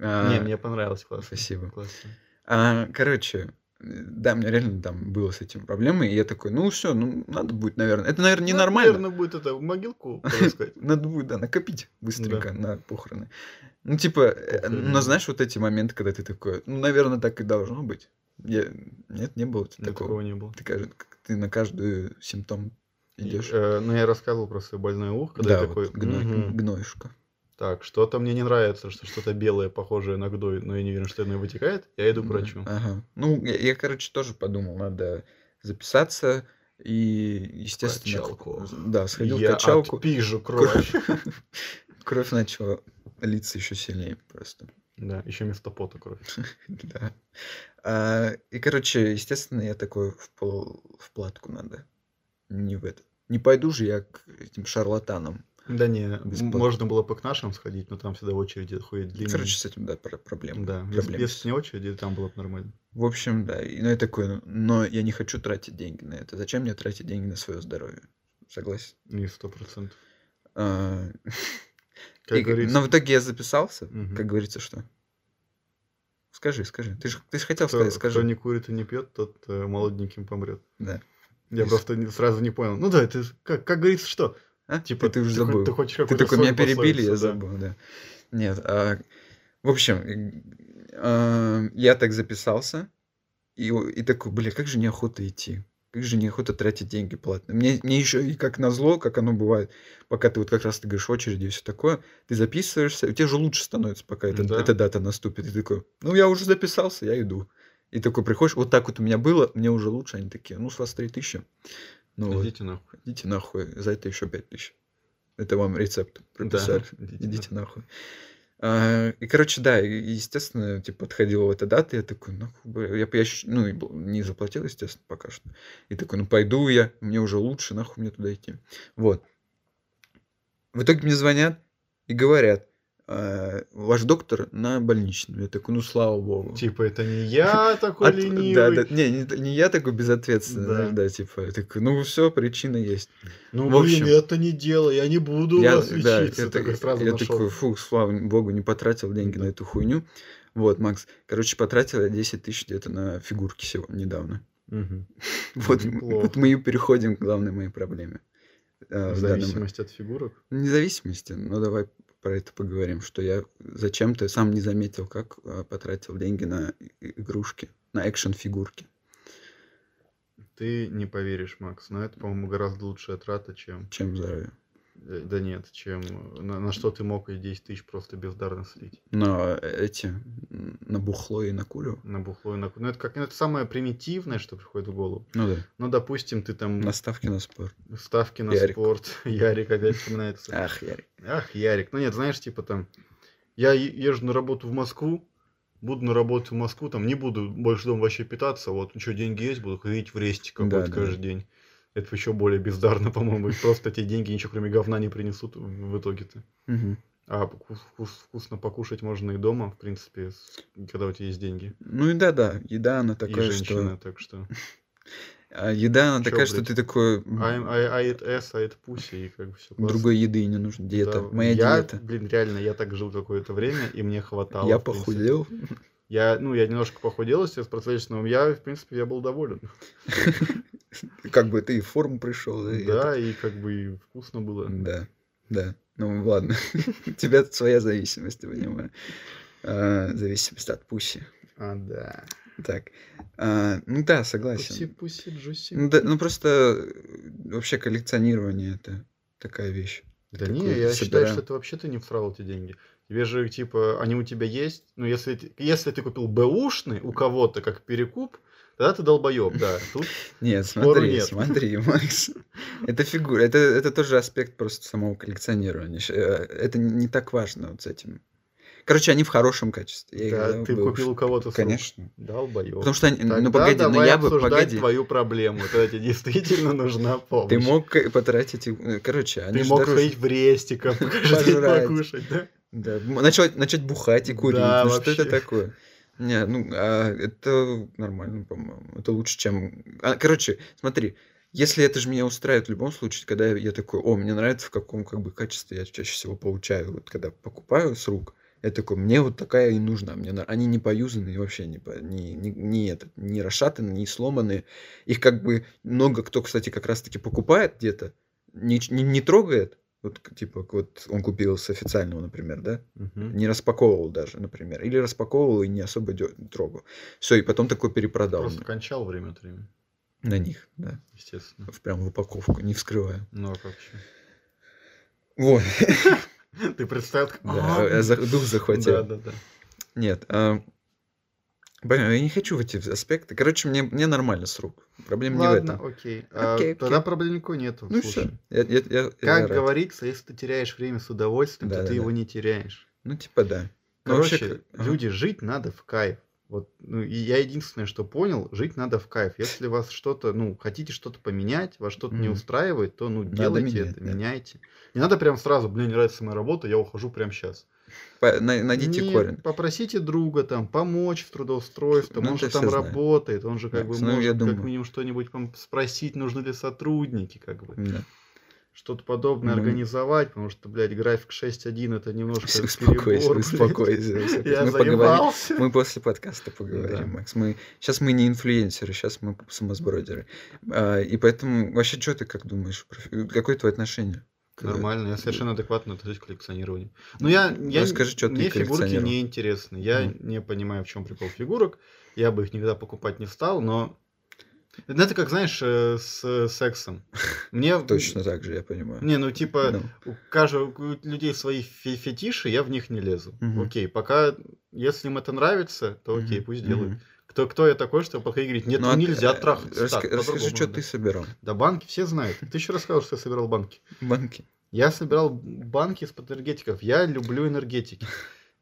А, Не, мне понравилось, классно. спасибо. Классно. А, короче, э, да, мне реально там было с этим проблемы, и я такой, ну все, ну надо будет, наверное. Это, наверное, Ну, ненормально. Наверное, будет это в могилку, можно сказать. Надо будет, да, накопить быстренько на похороны. Ну, типа, э, Похороны, да. но знаешь, вот эти моменты, когда ты такой, ну, наверное, так и должно быть. Я- Нет, не было Ну, Такого такого. не было. Ты, кажд- как ты на каждый симптом идешь. Э, Ну, я рассказывал про свое больное ухо, когда Да, я вот, такой, гной- «Мгм, гноюшка. так, что-то мне не нравится, что что-то белое, похожее на гдой, но я не уверен, что оно вытекает, я иду к Да, врачу. Ага. Ну, я, я, короче, тоже подумал, надо записаться и, естественно... Качалку. Да, сходил Я в качалку. отпижу кровь. Кровь начала литься еще сильнее просто. Да, еще вместо пота кровь. Да. А, и, короче, естественно, я такой в, пол- в платку надо. Не в это. Не пойду же я к этим шарлатанам. Да не, м, Бесплатно. можно было бы к нашим сходить, но там всегда очереди хуя длинные. Короче, с этим, да, про- проблема. да, если- проблемы с- если не очереди, там было бы нормально. В общем, да. И, ну, я такой, ну, но я не хочу тратить деньги на это. Зачем мне тратить деньги на свое здоровье? Согласен? Не сто процентов. А, Как и- говорится, но в итоге я записался. Мгм. Как говорится, что? Скажи, скажи. Ты же ты ж хотел кто, сказать, скажи. кто не курит и не пьет, тот э, молоденьким помрет. Да. Я Если- просто не- сразу не понял. Ну да, это ж- как, как говорится, что? А? Типа, ты, ты уже хо- забыл. Ты хочешь Ты какую-то такой, меня свою перебили, я пословицу, да. забыл, да. Нет, а, в общем, э, а, я так записался, и, о- и такой, бля, как же неохота идти, как же неохота тратить деньги платно. Мне, мне еще и как назло, как оно бывает, пока ты вот как раз ты говоришь очереди и все такое, ты записываешься, и тебе же лучше становится, пока это- Да. эта дата наступит. И ты такой, ну я уже записался, я иду. И такой приходишь, вот так вот у меня было, мне уже лучше, они такие, ну с вас 3000. Ну, вот. Идите нахуй. Идите нахуй, за это еще пять тысяч. Это вам рецепт прописали. Да, идите Идите нахуй. А, и, короче, да, и, естественно, типа, подходила эта дата, я такой, ну, хуй бы, я, я щ- ну, и бл- не заплатил, естественно, пока что. И такой, ну, пойду я, мне уже лучше, нахуй мне туда идти. Вот. В итоге мне звонят и говорят, «А, ваш доктор на больничном. Я такой, ну, слава богу. Типа, это не я такой От- ленивый. А да, да, не, не, не я такой безответственный, Да. знаешь, да, типа, я такой, ну, все, причина есть. Ну, В блин, общем. это не дело, я не буду у вас да, лечиться. я такой так- сразу я нашел. такой, фу, слава богу, не потратил деньги Да. на эту хуйню. Вот, Макс, короче, потратил я 10 тысяч где-то на фигурки сегодня, недавно. Мгм. Вот, м- Неплохо. вот мы и переходим к главной моей проблеме. Э, В в данном- зависимости от фигурок. Независимости, но давай про это поговорим, что я зачем-то сам не заметил, как э, потратил деньги на и- и- игрушки, на экшн-фигурки. Ты не поверишь, Макс, но это, по-моему, гораздо лучшая трата, чем... Чем здоровье? э, Да нет, чем... э, На, на что ты мог и 10 тысяч просто бездарно слить. На эти, м, на бухло и на курево. На бухло и на... ку- Ну, это как... ну, это самое примитивное, что приходит в голову. Ну да, Ну, допустим, ты там... на ставки на спорт. Ставки на Ярик. спорт. Ярик опять вспоминается. Ах, я Ах, Ярик. Ну нет, знаешь, типа там, я е- езжу на работу в Москву, буду на работу в Москву, там не буду больше дома вообще питаться, вот, ну что, деньги есть, буду ходить в рестик Да, какой-то да. каждый день. Это еще более бездарно, по-моему, и просто эти деньги ничего кроме говна не принесут в в итоге-то. Мгм. А вкус- вкус- вкусно покушать можно и дома, в принципе, с- когда у тебя есть деньги. Ну и да, да, еда она и такая, женщина, а что... так что... а, еда она Чё, такая, что блядь? ты такой... м, I, I, I eat ass, I eat pussy, а и как бы все Другой еды не нужно, диета. Моя я, диета. Блин, реально, я так жил какое-то время, и мне хватало. я в принципе. похудел. Я, ну, я немножко похудел, естественно, с процветочным. Я, в принципе, я был доволен. Как бы ты и в форму пришел. Ну, и это. Да, и как бы и вкусно было. Да, да. Ну ладно. У тебя тут своя зависимость, я понимаю. А, Зависимость от пуси. А, да. Так. А, Ну да, согласен. Пуси-пуси, джуси. Ну да, ну просто э, вообще коллекционирование это такая вещь. Да такой не, я считаю, собираем. что ты вообще ты не всрал эти деньги. Тебе же, типа, они у тебя есть. Ну, если, ты- если ты купил бэушный у кого-то как перекуп, тогда ты долбоеб, да. Тут Нет, Спору смотри, нет. смотри, Макс. Это фигура, это, это тоже аспект просто самого коллекционирования. Щ- э, Это не так важно вот с этим. Короче, они в хорошем качестве. Я их да, взял, ты был купил у уж- кого-то с рук. Конечно. Долбоеб. Потому что они... Тогда Ну погоди, ну давай я бы... обсуждать Погоди. твою проблему, когда тебе действительно нужна помощь. Ты мог э, потратить... их- э, Короче, они Ты же мог дороже. ходить в рестиком, каждый день Пожрать. покушать, да? Да, м- начать, начать бухать и курить. Да, ну что это вообще. такое? Не, ну а это нормально, по-моему. Это лучше, чем. А, короче, смотри, если это же меня устраивает в любом случае, когда я, я такой, о, мне нравится, в каком как бы качестве я чаще всего получаю. Вот когда покупаю с рук, я такой, мне вот такая и нужна. Мне на- они не поюзаны вообще не, по- не, не, не этот, не расшатаны, не сломаны. Их как бы много кто, кстати, как раз-таки покупает где-то, не, ч- не, не трогает. Вот, к- типа, вот он купил с официального, например, да? Мгм. Не распаковывал даже, например. Или распаковывал и не особо дё- трогал. Все, и потом такой перепродал Просто на- кончал время от времени, на них, да. естественно. в- Прям в упаковку, не вскрывая. Ну, а как еще? Вот. Ты представил, как... Да, э, за- дух захватил. Да, да, да. Нет. а, Блин, я не хочу в эти аспекты. Короче, мне, мне нормально с рук. Проблема не в Ладно, этом. окей. А, Окей, окей. Тогда проблем никакой нету. Ну слушай. все. Я, я- я- я Как рад. говорится, если ты теряешь время с удовольствием, то Да, ты да, его да. не теряешь. Ну, типа, да. Ну, вообще, Короче, как- ага. люди, жить надо в кайф. Вот, ну, и я единственное, что понял, жить надо в кайф. Если вас что-то, ну, хотите что-то поменять, вас что-то не Мгм. устраивает, то, ну, Надо делайте менять, это, да. меняйте. Не надо прям сразу, блин, не нравится моя работа, я ухожу прямо сейчас. По- на- Найдите Не, корень. Попросите друга там помочь в трудоустройстве, Ну, он это же там все знаю. работает, он же как Да, бы ну, я может как думаю. минимум что-нибудь вам спросить, нужны ли сотрудники, как бы. Да. Что-то подобное Ну, организовать, потому что, блядь, график 6.1 это немножко Всё, перебор, Успокойся, блядь. успокойся. успокойся. Я Мы ну, поговорим. заебался. Мы после подкаста поговорим, Да. Макс. Мы сейчас мы не инфлюенсеры, сейчас мы самосбродеры. А, и поэтому вообще что ты как думаешь? про- Какое твое отношение? к- Нормально, я совершенно адекватно отношусь к коллекционированию. Но я, я Ну, Расскажи, что ты мне фигурки коллекционировал. не интересны. Я Мгм. не понимаю, в чем прикол фигурок. Я бы их никогда покупать не стал, но Ну, это как знаешь э, с сексом. Мне Точно так же, я понимаю. Не, ну типа Ну, у каждого у людей свои фе- фетиши, я в них не лезу. Мгм. Окей, пока если им это нравится, то окей, мгм, пусть мгм. делают. Кто кто я такой, что подходить и говорить, нет, Ну, ну а ты- нельзя э, трахаться. раска- так, Расскажи, по-другому что надо». ты собирал? Да банки все знают. Ты еще рассказывал, что я собирал банки. Банки. Я собирал банки из-под энергетиков. Я люблю энергетики.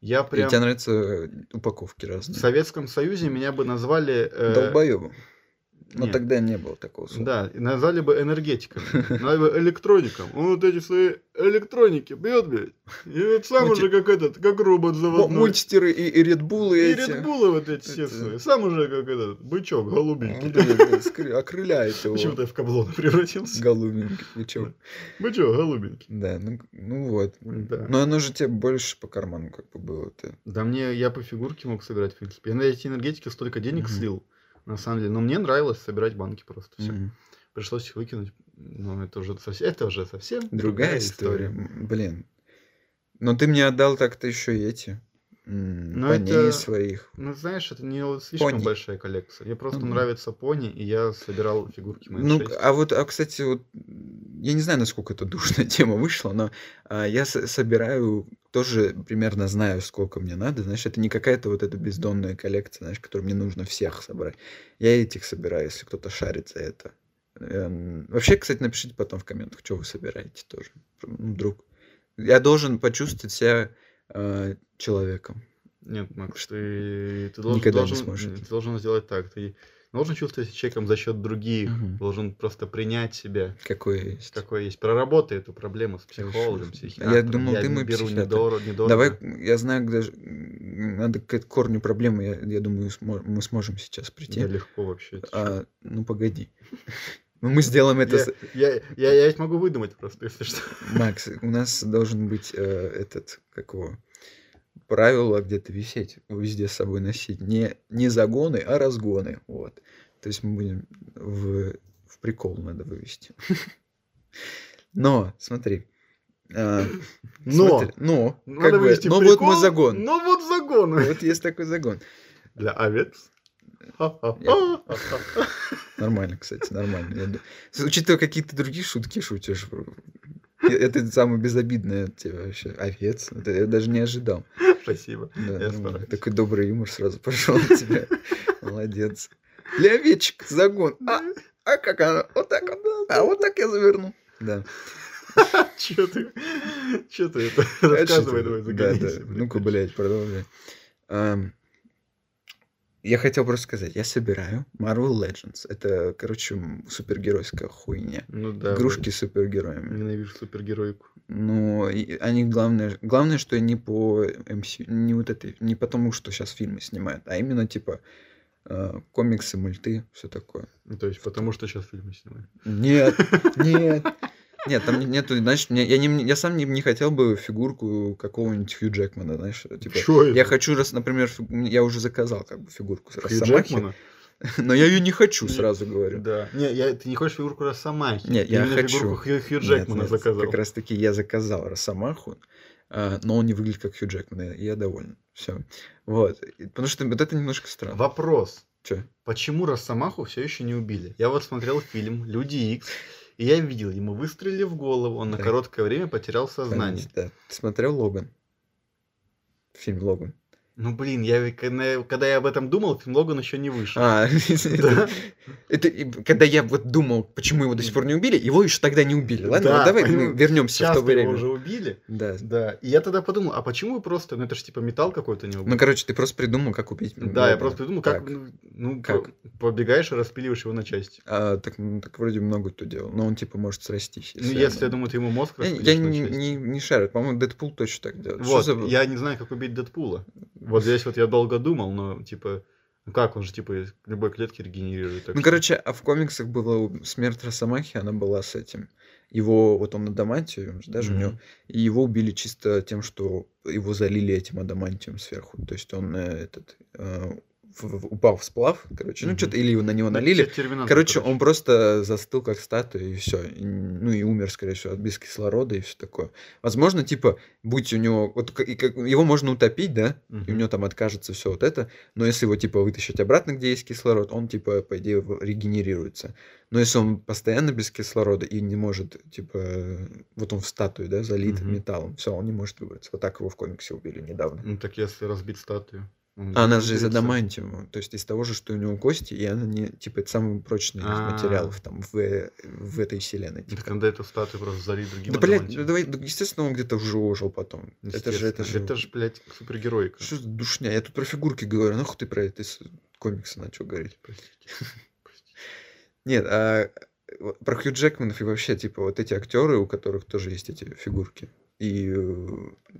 Я И прям... тебе нравятся э, упаковки В разные? Советском Союзе меня бы назвали... э, Долбоёбом. Но нет. ну, тогда не было такого слова. Да, и назвали бы энергетиком. Назвали бы электроником. Он вот эти свои электроники бьет, блядь. И вот сам Мульти- уже как этот, как робот Мо- заводной. Мультистеры и, и редбулы ну, И эти. редбулы вот эти все Это- свои. Сам уже как этот, бычок, голубенький. Вот это, да, скры- Окрыляет Почему-то его. я в каблона превратился. Голубенький ну, пучок. Бычок, голубенький. Да, ну, к- ну вот. Да. Но оно же тебе больше по карману как бы было. -то. Да мне, я по фигурке мог собирать, в принципе. Я на эти энергетики столько денег Мгм. слил, на самом деле. Но мне нравилось собирать банки просто. Все. Пришлось их выкинуть. Но это уже совсем, это уже совсем Другая история. М, Блин. Но ты мне отдал так-то еще и эти. м, Ну, Пони это- своих. Ну, знаешь, это не вот слишком Пони. большая коллекция. Мне просто Ну да. нравится пони, и я собирал фигурки мои Ну, а вот, а, кстати, вот, м, я не знаю, насколько это душная тема вышла, но а, я со- собираю, тоже примерно знаю, сколько мне надо. Знаешь, это не какая-то вот эта бездонная коллекция, знаешь, которую мне нужно всех собрать. Я этих собираю, если кто-то шарит за это. Эм, Вообще, кстати, напишите потом в комментах, что вы собираете тоже. Ну, Вдруг. Я должен почувствовать себя э, человеком. Нет, Макс, ты, ты должен, Никогда не должен- сможешь нет, это. ты должен сделать так. Ты должен чувствовать себя человеком за счет других. Мгм. Должен просто принять себя. Какой я есть. Какой есть. Проработай эту проблему с Хорошо. психологом, А я психиатром. думал, ты не мой беру психиатр. недоро- недорого. Давай, я знаю, где ж- м, надо к эт- корню проблемы, я, я думаю, смо- мы сможем сейчас прийти. Да легко вообще. это А, ну погоди. Ну мы сделаем это, Я- с- Я, я, я ведь могу выдумать просто, если что. Макс. У нас должен быть э, этот, как его, правило где-то висеть, везде с собой носить. Не, не загоны, а разгоны. Вот. То есть мы будем в в прикол надо вывести. Но, смотри. а, Но. смотри, Но. Надо как бы, вывести Но вот прикол, мой загон. Но вот загон. Вот есть такой загон. Для овец. Я- Нормально, кстати, нормально. Я ду- С- Учитывая какие то другие шутки шутишь, э, это самое безобидное от тебя вообще. Овец. Это я даже не ожидал. Спасибо. Да, Я нормально. стараюсь. Такой добрый юмор сразу пошел от тебя. Молодец. Для овечек загон. А, а как она? Вот так вот. А вот так я заверну. Да. Че ты? Че ты это? Рассказывай, давай, а, Да, да. загоняйся. блин. Ну-ка, блядь, продолжай. Ам, Я хотел просто сказать, я собираю Marvel Legends. Это, короче, м, супергеройская хуйня. Ну да. Игрушки блин. с супергероями. Ненавижу супергероику. Но и- они главное, главное, что не по MC, не вот этой, не потому, что сейчас фильмы снимают, а именно типа э, комиксы, мульты, все такое. Ну, то есть, потому что сейчас фильмы снимают. Нет, нет. Нет, там не- нету, знаешь, мне- я, не, я сам не, не хотел бы фигурку какого-нибудь Хью Джекмана, знаешь, типа, Чё это? я хочу, раз, например, фиг- я уже заказал как бы фигурку с Хью Росомахи, Джекмана? но я ее не хочу, Нет. сразу говорю. Да. Не, я, ты не хочешь фигурку Росомахи? Не, Ты я именно хочу. фигурку Хью, Хью Нет, Джекмана нет, заказал. Как раз таки я заказал Росомаху, а, но он не выглядит как Хью Джекман, и я доволен. Все. Вот. И- Потому что вот это немножко странно. Вопрос. Чё? Почему Росомаху все еще не убили? Я вот смотрел фильм «Люди Икс», и я видел, ему выстрелили в голову, он на Да. короткое время потерял сознание. Да. Ты смотрел Логан? Фильм Логан. Ну блин, я ведь когда когда я об этом думал, фильм Логан еще не вышел. А, Да. это, это и- когда я вот думал, почему его до сих пор не убили, его еще тогда не убили. Ладно, Да, вот давай понимаю. мы вернемся в Сейчас то время. его уже убили. Да. Да. И я тогда подумал, а почему вы просто, ну это же типа металл какой-то у него. был. Ну, короче, ты просто придумал, как убить. да, я Логана. просто придумал, Так. как, ну, ну, Как? по- побегаешь и распиливаешь его на части. А, так, ну, так вроде много кто делал, но он типа может срастись. ну, если, я оно- думаю, ты ему мозг Я, распилишь я на не, части. не, не шарю, по-моему, Дэдпул точно так делает. Что Вот, за- я не знаю, как убить Дэдпула. Вот здесь вот я долго думал, но типа, ну как, он же типа из любой клетки регенерирует. так Ну, что- короче, а в комиксах была у- смерть Росомахи, она была с этим. Его, вот он адамантиум, же, даже у него, Мгм. Ну, и его убили чисто тем, что его залили этим адамантием сверху. То есть он э, этот э, в- в- упал в сплав, короче, ну Мгм. что-то, или его на него Ну, налили. те- терминатор, Короче, он просто застыл как статуя, и все. Ну и умер, скорее всего, от без кислорода и все такое. Возможно, типа, будь у него. Вот к- и как- его можно утопить, да? И у Мгм. него там откажется все вот это. Но если его типа вытащить обратно, где есть кислород, он типа, по идее, в- регенерируется. Но если он постоянно без кислорода и не может, типа, вот он в статую, да, залит Мгм. металлом, все, он не может выбраться. Вот так его в комиксе убили недавно. Ну так если разбить статую. он А она же из регенерируется. адамантиума, то есть из того же, что у него кости, и она не, типа, это самый прочный из А. материалов там в, в этой вселенной. Ну, Так типа. когда эту статую просто залить другим Да, блядь, ну адамантием. давай, да, естественно, он где-то уже ожил потом. Это же, это же... Естественно. Это же, блядь, супергеройка. Что за душня? Я тут про фигурки говорю, нахуй ты про это из комикса начал говорить. Простите. Простите. Нет, а вот про Хью Джекманов и вообще, типа, вот эти актеры, у которых тоже есть эти фигурки. И э,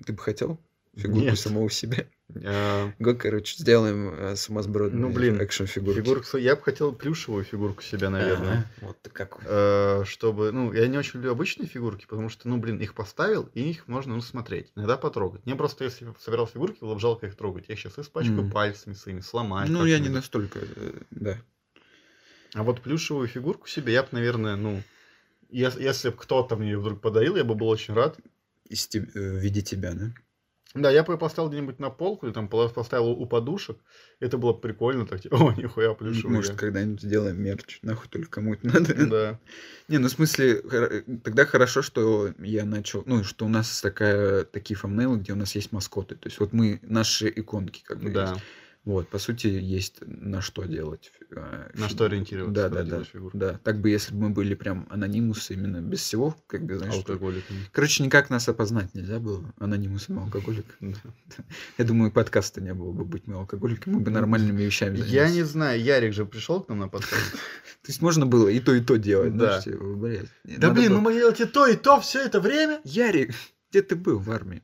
ты бы хотел фигурку Нет. самого себя? А, Го, короче, сделаем э, сумасбродные Ну, блин, экшн-фигурки. Фигурку, я бы хотел плюшевую фигурку себя, наверное. Ага, Вот ты какой. Э, чтобы, ну, я не очень люблю обычные фигурки, потому что, ну, блин, их поставил, и их можно, ну, смотреть, иногда потрогать. Мне просто, если я собирал фигурки, было бы жалко их трогать. Я их сейчас испачкаю Мгм. пальцами своими, сломаю. Ну, я не как-нибудь. настолько, э, да. А вот плюшевую фигурку себе я бы, наверное, ну, ес- если бы кто-то мне ее вдруг подарил, я бы был очень рад. Из те- э, в виде тебя, да? Да, я бы ее поставил где-нибудь на полку, или там пола- поставил у подушек. Это было бы прикольно, так типа, о, нихуя плюшевая. Может, когда-нибудь сделаем мерч. Нахуй только кому это надо. Да. Не, ну в смысле, хор- тогда хорошо, что я начал, ну, что у нас такая, такие фамнейлы, где у нас есть маскоты. То есть вот мы, наши иконки как бы Да. есть. Вот, по сути, есть на что делать. э, На фи- что ориентироваться, Да, когда да, да. делаешь фигурку. Да, так бы, если бы мы были прям анонимусы именно без всего, как бы, знаешь, что- Алкоголиками. Короче, никак нас опознать нельзя было, анонимусом алкоголик. Да. Я думаю, подкаста не было бы быть мы алкоголиками, мы бы нормальными вещами Я занялись. не знаю, Ярик же пришел к нам на подкаст. То есть можно было и то, и то делать, Да. знаешь, типа, блядь. Да надо блин, было- ну мы могли делать и то, и то все это время. Ярик, где ты был в армии?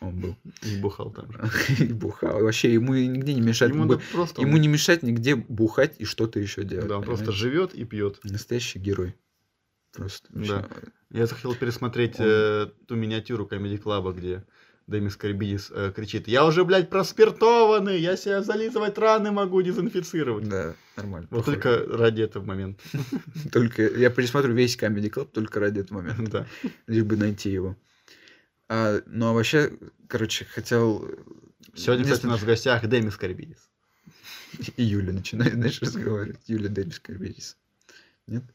Он был. И бухал там же. И бухал. Вообще, ему и нигде не мешать. Ему бы- да просто... Ему он- не мешать нигде бухать и что-то еще делать. Да, он просто понимаешь? живет и пьет. Настоящий герой. Просто. Да. вообще. Я захотел пересмотреть Он- э, ту миниатюру Comedy Club, где Демис Карибидис э, кричит, я уже, блядь, проспиртованный, я себя зализывать раны могу, дезинфицировать. Да, нормально. Вот похоже. только ради этого момента. Только я пересмотрю весь Comedy Club только ради этого момента, Да. лишь бы найти его. А, ну а вообще, короче, хотел... Сегодня, Не кстати, у нас в гостях Демис Карибидис. знаю, И Юля начинает, знаешь, разговаривать. Юля Дэвис Карберис.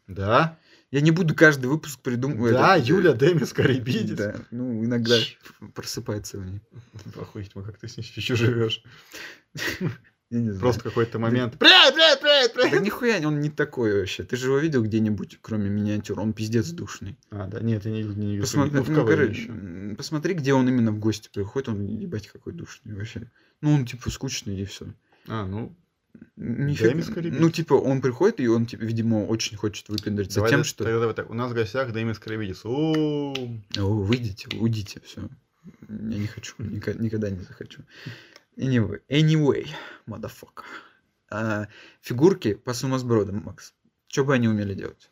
Да? Я не буду каждый выпуск придумывать. Э, Да, Юля Демис Карибидис. Да, ну иногда Чё? просыпается в ней. Охуительно, как ты с ней еще живешь. Я не знаю. Просто какой-то момент. Привет, привет, привет, Да привет. нихуя, он не такой вообще. Ты же его видел где-нибудь, кроме миниатюр? Он пиздец душный. А, да, нет, я не видел, не видел. Посмотри, Ну, в ну, КВН короче, ещё. м, посмотри, где он именно в гости приходит, он ебать какой душный вообще. Ну, он типа скучный и все. А, ну, Демис Карибидис. Ну, типа, он приходит, и он, типа, видимо, очень хочет выпендриться давай тем, да- что Тогда давай так, у нас в гостях Демис Карибидис. Ууу. «О, выйдите, уйдите, все. Я не хочу, ника- никогда не захочу. Anyway, anyway motherfucker. А, фигурки по сумасбродам, Макс. Что бы они умели делать?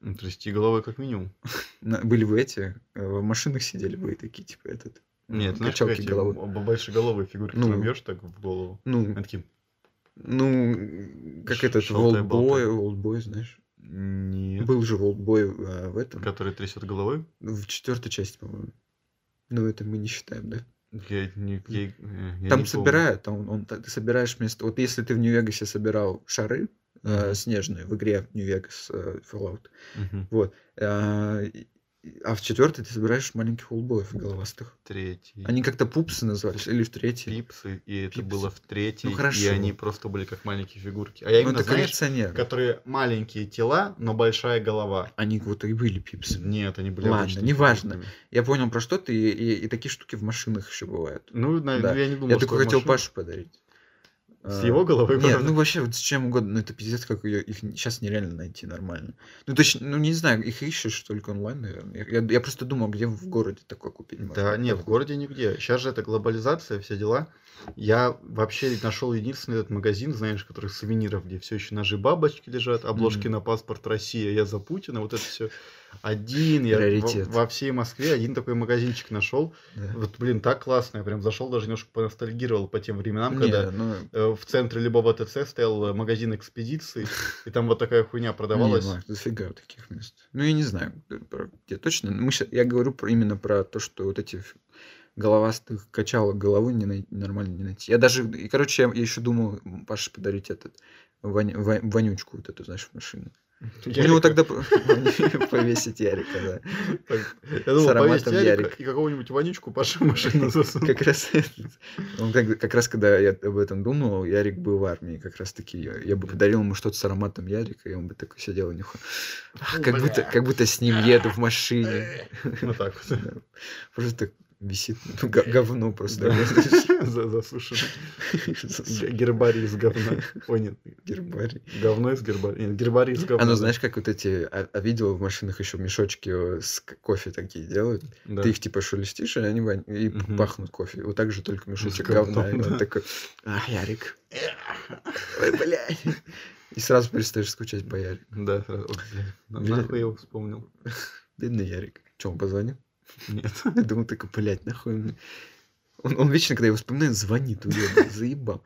Ну, Трясти головой как минимум. На- были бы эти, э, в машинах сидели бы и такие, типа, этот... м, Нет, знаешь, как качалки эти головы. б- большеголовые фигурки, Ну. которые бьешь так в голову. Ну, Они такие, ну, как Ш- этот шалтай-болтай. волтбой, волтбой, знаешь. нет. Был же волтбой э, в этом, Который трясет головой. в четвертой части, по-моему. Ну, это мы не считаем, да? Я не- я- э, я не Там помню. собирают, там он, он- ты собираешь вместо... Вот если ты в Нью-Вегасе собирал шары э, снежные в игре Нью-Вегас э, Fallout, Мгм. э, и- а в четвертой ты собираешь маленьких олдбоев головастых. Третий. Они как-то пупсы назывались, или в третьей. Пипсы, и это Пипсы. было в третьей, Ну, хорошо. и они просто были как маленькие фигурки. А я Ну, именно, это знаешь, коллекционер. которые маленькие тела, но большая голова. Они вот и были пипсы. Нет, они были Ладно, обычными неважно. фигурками. Я понял, про что ты, и, и такие штуки в машинах еще бывают. Ну, на- Да. ну, я не думал, Я что такой хотел машина- Паше подарить. С А, его головой Не, просто. ну вообще вот с чем угодно, но это пиздец, как ее, их сейчас нереально найти нормально. Ну точно, ну не знаю, их ищешь только онлайн, наверное. Я, я- я просто думал, где в городе такое купить можно. Да, нет, в городе нигде. Сейчас же это глобализация, все дела. Я вообще нашел единственный этот магазин, знаешь, которых сувениров, где все еще ножи бабочки лежат, обложки Мгм. на паспорт Россия, я за Путина, вот это все. Один, я во, Приоритет. во всей Москве один такой магазинчик нашел. Да. Вот, блин, так классно, я прям зашел, даже немножко поностальгировал по тем временам, Не, когда ну, э, в центре любого ТЦ стоял э, магазин экспедиции, и там вот такая хуйня продавалась. не, ну, Макс, дофига таких мест. Ну я не знаю, э, про где точно. но мы щас- я говорю про, именно про то, что вот эти ф- головастых качалок головы не най- нормально не найти. Я даже, и, короче, я, еще думал м, Паше подарить этот вонь- вонь- вонючку вот эту, знаешь, в машину. У него Ярика. тогда по- повесить Ярика, да. Так, Я думал, повесить ароматом Ярика Ярик. и какого-нибудь вонючку Паша в машину засунуть. Как раз, этот- он как, как раз когда я об этом думал, Ярик был в армии, как раз таки я, я бы подарил ему что-то с ароматом Ярика, и он бы такой сидел и нюхал. «Ах, Как будто, как будто с ним еду в машине. Ну так вот. Да. Просто висит ну, г- говно просто. За- Засушенный. Г- Засу- Гербарий из говна. Ой, нет, Гербарий. говно из гербария. Нет, гербарий из говна. А ну знаешь, как вот эти, а, а видел в машинах еще мешочки э, с к- кофе такие делают? Да. Ты их типа шелестишь, и они вон- и п- Мгм. пахнут кофе. Вот так же только мешочек говном, говна. И он да. такой, а, Ярик. Ой, блядь. И сразу перестаешь скучать по Ярику. Да, сразу. Ой, бля, на- Бля. нахуй я его вспомнил. Бедный Ярик. Че, он позвонил? Нет. Я думал, такой, блядь, нахуй мне. Он, он вечно, когда его вспоминает, звонит, уебан, заебал.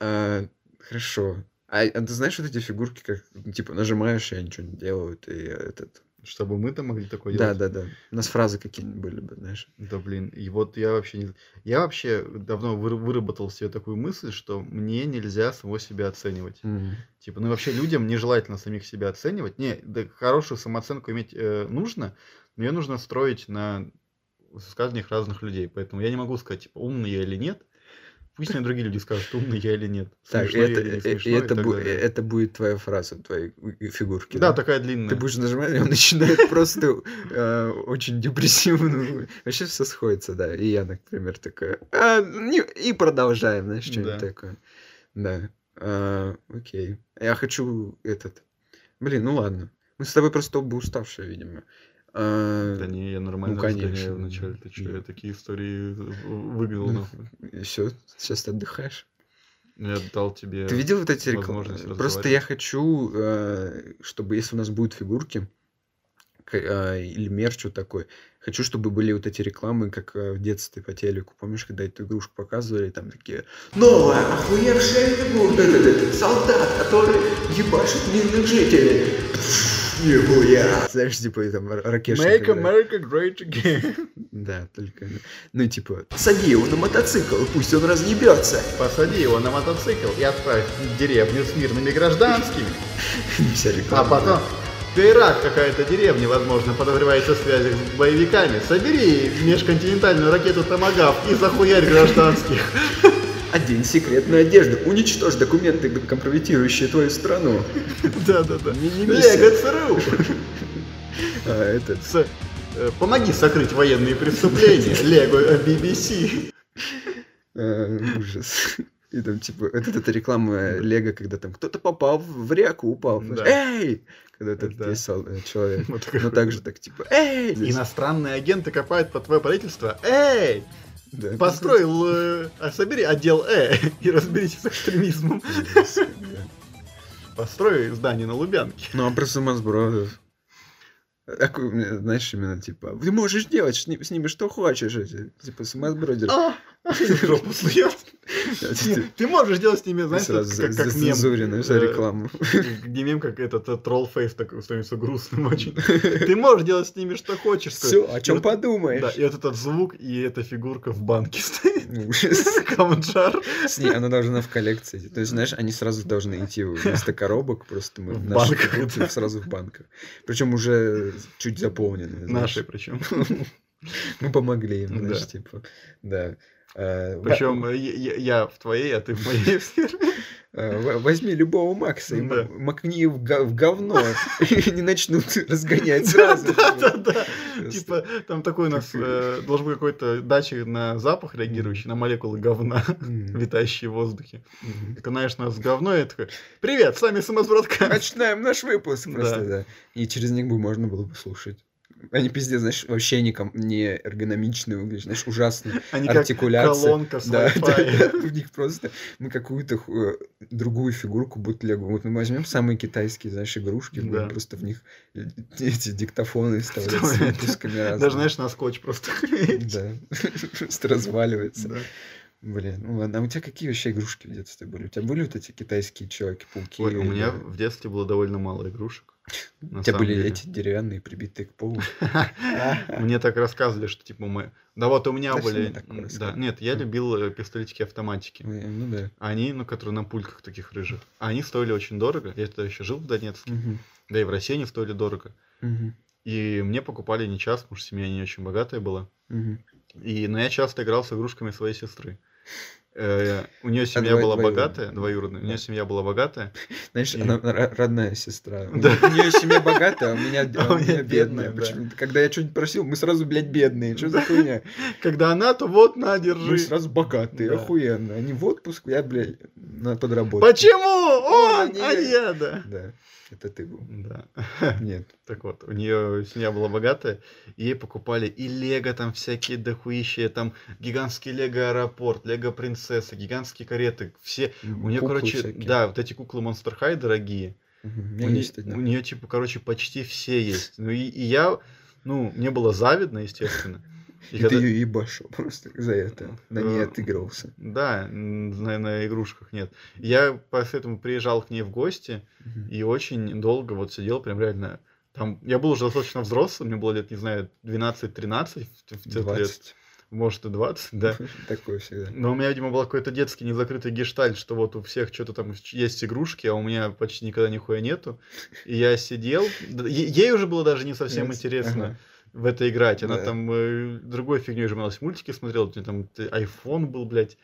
А, хорошо. А, а ты знаешь вот эти фигурки, как, ну, типа, нажимаешь, и они что-нибудь делают, и этот... Чтобы мы-то могли такое Да, делать. да, да. У нас фразы какие-нибудь были бы, знаешь. Да блин, и вот я вообще не... Я вообще давно выр- выработал себе такую мысль, что мне нельзя самого себя оценивать. Типа, ну вообще людям нежелательно самих себя оценивать. Не, да хорошую самооценку иметь э, нужно, но ее нужно строить на скаженных разных людей. Поэтому я не могу сказать, типа, умный я или нет. Пусть мне другие люди скажут, умный я или нет. Так, смешной я это, или не э, смешной это, и так бу- далее. это будет твоя фраза, в твоей э, фигурке. Да, такая длинная. Ты будешь нажимать, и он начинает просто э, очень депрессивно. Вообще все сходится, да. И я, например, такая... «А, не- И продолжаем, знаешь, Да. что-нибудь такое. Да. А, Окей. Я хочу этот... Блин, ну ладно. Мы с тобой просто оба уставшие, видимо. А, Да не, я нормально Ну, разгоняю конечно, вначале. да. Ты что, я Да. такие истории э, выгнал Ну. нахуй. и все, сейчас ты отдыхаешь. Я дал тебе... Ты видел вот эти э, рекламы? возможность Просто я хочу, э, чтобы если у нас будут фигурки, к- а, или мерч вот такой. Хочу, чтобы были вот эти рекламы, как а, в детстве по телеку. Помнишь, когда эту игрушку показывали, там такие «Новая охуевшая игрушка! этот Солдат, который ебашит мирных жителей!» Пф, Нихуя! Знаешь, типа и там р- ракешник. Make играет. America Great Again. Да, только... Ну, типа, сади его на мотоцикл, пусть он разъебется. Посади его на мотоцикл и отправь в деревню с мирными гражданскими. Не вся А реклама. потом, ты рад, какая-то деревня, возможно, подозревается в связях с боевиками. Собери межконтинентальную ракету Томагав и захуярь гражданских. да. Одень секретную одежду, уничтожь документы, компрометирующие твою страну. Да-да-да. Мини-миссия. Лего ЦРУ. А, этот... С- э, Помоги сокрыть военные преступления. Лего э, BBC. э, ужас. И там, типа, вот эта реклама Лего, когда там кто-то попал в в реку, упал. Да. Эй! Когда этот Да. есть сол- э, человек. Вот такой. Ну, также так, типа, эй! Здесь, Иностранные агенты копают под твое правительство. Эй! да. Построил, э, а собери отдел Э и разберись с экстремизмом. Ужас, да. Построй здание на Лубянке. Ну, а про сумасбродов. Такой, у меня, знаешь, именно типа, ты можешь делать с ними, с ними что хочешь, эти, типа сумасбродер. А! Жопу сует. Ты ты можешь делать с ними, знаешь, Сразу как- как мем. зацензуренную за Э, рекламу. Где мем, как этот троллфейс такой становится грустным очень. Ты можешь делать с ними что хочешь. Все, сказать. о И чем вот- Да, подумаешь. и вот этот звук, и эта фигурка в банке стоит. Ужас. Камджар. С ней она должна в коллекции. идти. То есть, знаешь, они сразу должны идти вместо коробок, просто мы В наши банках, продукты да. сразу в банках. Причем уже чуть заполненные. знаешь. Наши причем. Мы помогли им, Да. знаешь, типа. Да. А, Причем э, я я в твоей, а ты в моей сфере. Э, в- Возьми любого Макса и м- Да. макни в, га- в говно, и не начнут разгонять сразу. Да, да, да. Просто. Типа, там такой у нас э, должен быть какой-то датчик на запах реагирующий, на молекулы говна, Мгм. витающие в воздухе. Мгм. Ты знаешь, нас говно, и я такой, привет, с вами самозвратка. Начинаем наш выпуск просто, Да. да. И через них бы можно было бы слушать. Они пиздец, знаешь, вообще не, ком- не эргономичные выглядят, знаешь, ужасно. Они как артикуляция. колонка с Да, да, Wi-Fi. да. в них просто мы какую-то ху- э, другую фигурку бутлегу. Вот мы возьмем самые китайские, знаешь, игрушки, будем Да. просто в них э, эти диктофоны вставлять с Вставлять. выпусками Даже, разными. знаешь, на скотч просто. Да. Просто разваливается. Да. Блин, ну ладно, а у тебя какие вообще игрушки в детстве были? У тебя были вот эти китайские человеки-пауки? Ой, У или- меня в детстве было довольно мало игрушек. У тебя были эти деревянные, прибитые к полу? Мне так рассказывали, что типа мы... Да вот у меня Да всем были... так м, Да, рассказывают. нет, я Мгм. любил пистолетики-автоматики. Ой, Ну да. Они, Э, ну, которые на пульках таких рыжих. Они стоили очень дорого. Я тогда еще жил в Донецке. Мгм. Да и в России они стоили дорого. Мгм. И мне покупали не часто, потому что семья не очень богатая была. Мгм. И, но я часто играл с игрушками своей сестры. Э, у нее семья двоюродная, была богатая, да. двоюродная. У нее Да. семья была богатая. Знаешь, И- она ра- родная сестра. У Да. нее семья богатая, а у меня, а у меня бедная. бедная, да. Почему-то, Когда я что-нибудь просил, мы сразу, блядь, бедные. Что за хуйня? Когда она, то вот на, Мы держи. сразу богатые, Да. охуенно. Они в отпуск, я, блядь, на подработке. Почему? Он, они- а я, да. Да, это ты был. Да. Нет. Так вот, у нее семья была богатая, и ей покупали и лего там всякие дохуища, там гигантский лего аэропорт, лего принцесса, гигантские кареты, все. У нее, Куклы короче, всякие. да, вот эти куклы Monster High дорогие. Мгм. У У, меня не- есть одна. у нее, типа, короче, почти все есть. Ну и, и я, ну, мне было завидно, естественно. И И ты когда- ее ебашил просто за это. На ней Э, отыгрывался. Да, н- на, на игрушках нет. Я поэтому приезжал к ней в гости, Мгм. И очень долго вот сидел, прям реально. Там я был уже достаточно взрослым, мне было лет, не знаю, 12-13 в- в тех лет, 20. может и 20, да. Ну, Такое всегда. Но у меня, видимо, был какой-то детский незакрытый гештальт, что вот у всех что-то там есть игрушки, а у меня почти никогда нихуя нету. И я сидел, да, е- ей уже было даже не совсем Ясно. интересно Ага. в это играть. Она Да. там э, другой фигней занималась, мультики смотрела, у неё там т- iPhone был, блядь.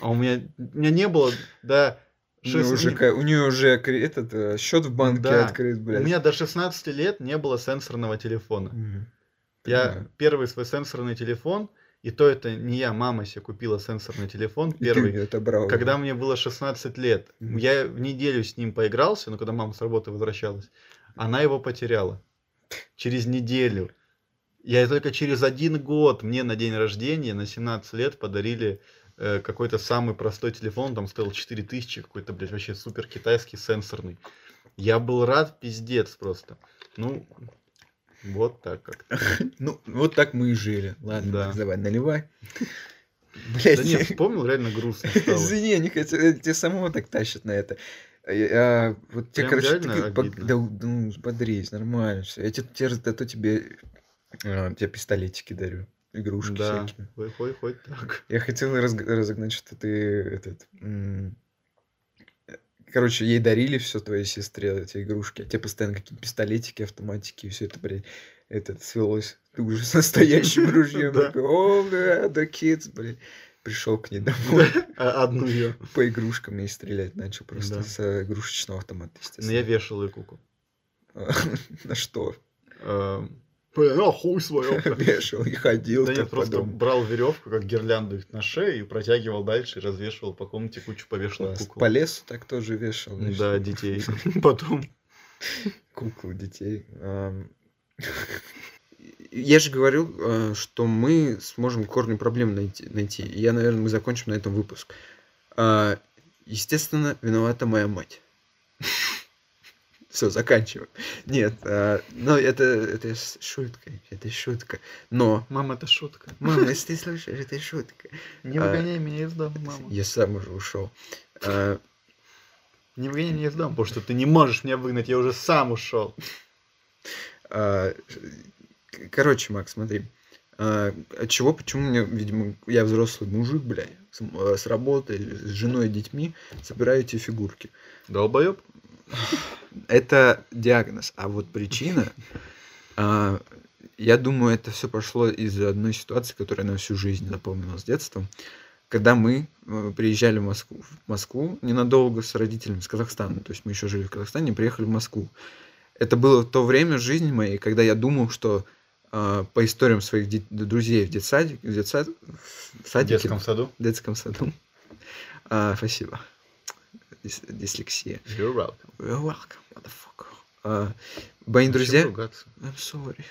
А у меня, у меня не было, да, У нее Ну, уже, ка- у нее уже кре- этот э, счет в банке Да. открыт, блядь. У меня до 16 лет не было сенсорного телефона. Мгм. Я Понимаю. первый свой сенсорный телефон, и то это не я, мама себе купила сенсорный И телефон ты первый, её отобрал. когда мне было 16 лет. Мгм. Я в неделю с ним поигрался, но когда мама с работы возвращалась, она его потеряла. Через неделю. Я только через один год мне на день рождения, на 17 лет, подарили э, какой-то самый простой телефон, там стоил 4000, какой-то, блядь, вообще супер китайский сенсорный. Я был рад, пиздец просто. Ну, Вот так как-то. Ну, вот так мы и жили. Ладно, Да. так давай, наливай. Да Блядь, нет, вспомнил, реально грустно стало. извини, я не хотел, э, тебя самого так тащат на это. А я- а, вот тебе, Прям короче, реально ты пог- обидно. да, ну, подрись, нормально все. Я тебе, тебе зато тебе, а, тебе пистолетики дарю, игрушки Да, всякие. хоть- хоть хоть так. Я хотел раз- разогнать, что ты этот... м, Короче, ей дарили все твоей сестре эти игрушки, а тебе постоянно какие-то пистолетики, автоматики, и все это, блядь, это свелось. Ты уже с настоящим ружьем. Да. такой, О, бля, да kids, блядь. Пришел к ней домой, А, Одну ее. по игрушкам и стрелять начал просто Да. с э, игрушечного автомата, Но я естественно. вешал ее куку. На что? Эм, Блин, а хуй свой. опа. Вешал и ходил Да так нет, по просто дому. брал веревку, как гирлянду их на шею, и протягивал дальше, и развешивал по комнате кучу повешенных Класс. кукол. По лесу так тоже вешал. знаешь, Да, детей. Потом. куклы детей. Ам. Я же говорил, э, что мы сможем корни проблем найти. найти. И Я, наверное, мы закончим на этом выпуск. А, Естественно, виновата моя мать. Все, заканчиваем. Нет, а, но это, это с шуткой, это шутка. Но, Мам, это шутка. мама, если ты слышишь, это шутка. Не А. выгоняй меня из дома, мама. Я сам уже А, ушел. Не выгоняй меня из дома, потому что ты не можешь меня выгнать, я уже сам ушел. А, к- Короче, Макс, смотри. А, От чего, почему мне, видимо, я взрослый мужик, блядь, с, м- э, с работы, или с женой и детьми, собираю эти фигурки. Долбоеб. Это диагноз. А вот причина, а, я думаю, это все пошло из одной ситуации, которая на всю жизнь запомнилась детством. Когда мы э, приезжали в Москву, в Москву ненадолго с родителями из Казахстана, то есть мы еще жили в Казахстане, приехали в Москву. Это было то время жизни моей, когда я думал, что а, по историям своих дет- друзей в детсадике, в детсад- в В садике, детском саду. в детском саду. А, спасибо. Дис- дислексия. You're welcome. You're welcome, motherfucker. А, мои Зачем друзья... ругаться? I'm sorry.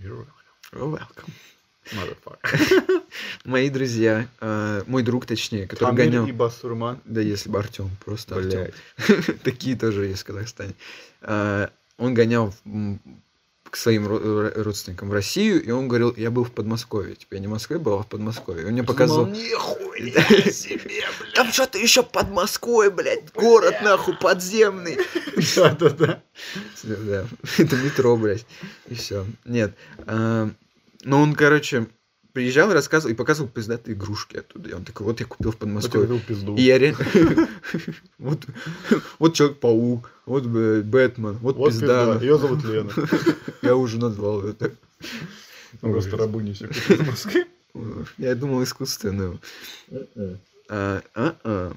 You're welcome. You're welcome. Motherfucker. Мои друзья, а, мой друг, точнее, который Амир гонял... и Басурман. Да если бы Артем, просто Артём. Блять. Такие тоже есть в Казахстане. А, Он гонял м, к своим ро- ро- родственникам в Россию, и он говорил, я был в Подмосковье. Типа, я не в Москве был, а в Подмосковье. Он мне показывал... Нихуя себе, блядь. Там что-то еще под Москвой, блядь, город нахуй подземный. Да-да-да. Да, это метро, блядь. И все. Нет. а, Но он, короче, приезжал и рассказывал, и показывал пиздатые игрушки оттуда. И он такой, вот я купил в Москве. Подмосковье. Вот я пизду. И я реально... Вот, вот Человек-паук, вот б- Бэтмен, вот, Вот пизда. пизда. Ее зовут Лена. Я уже назвал это. Просто Ужас. рабыни все купили в Москве. Я думал искусственную. А, а, а.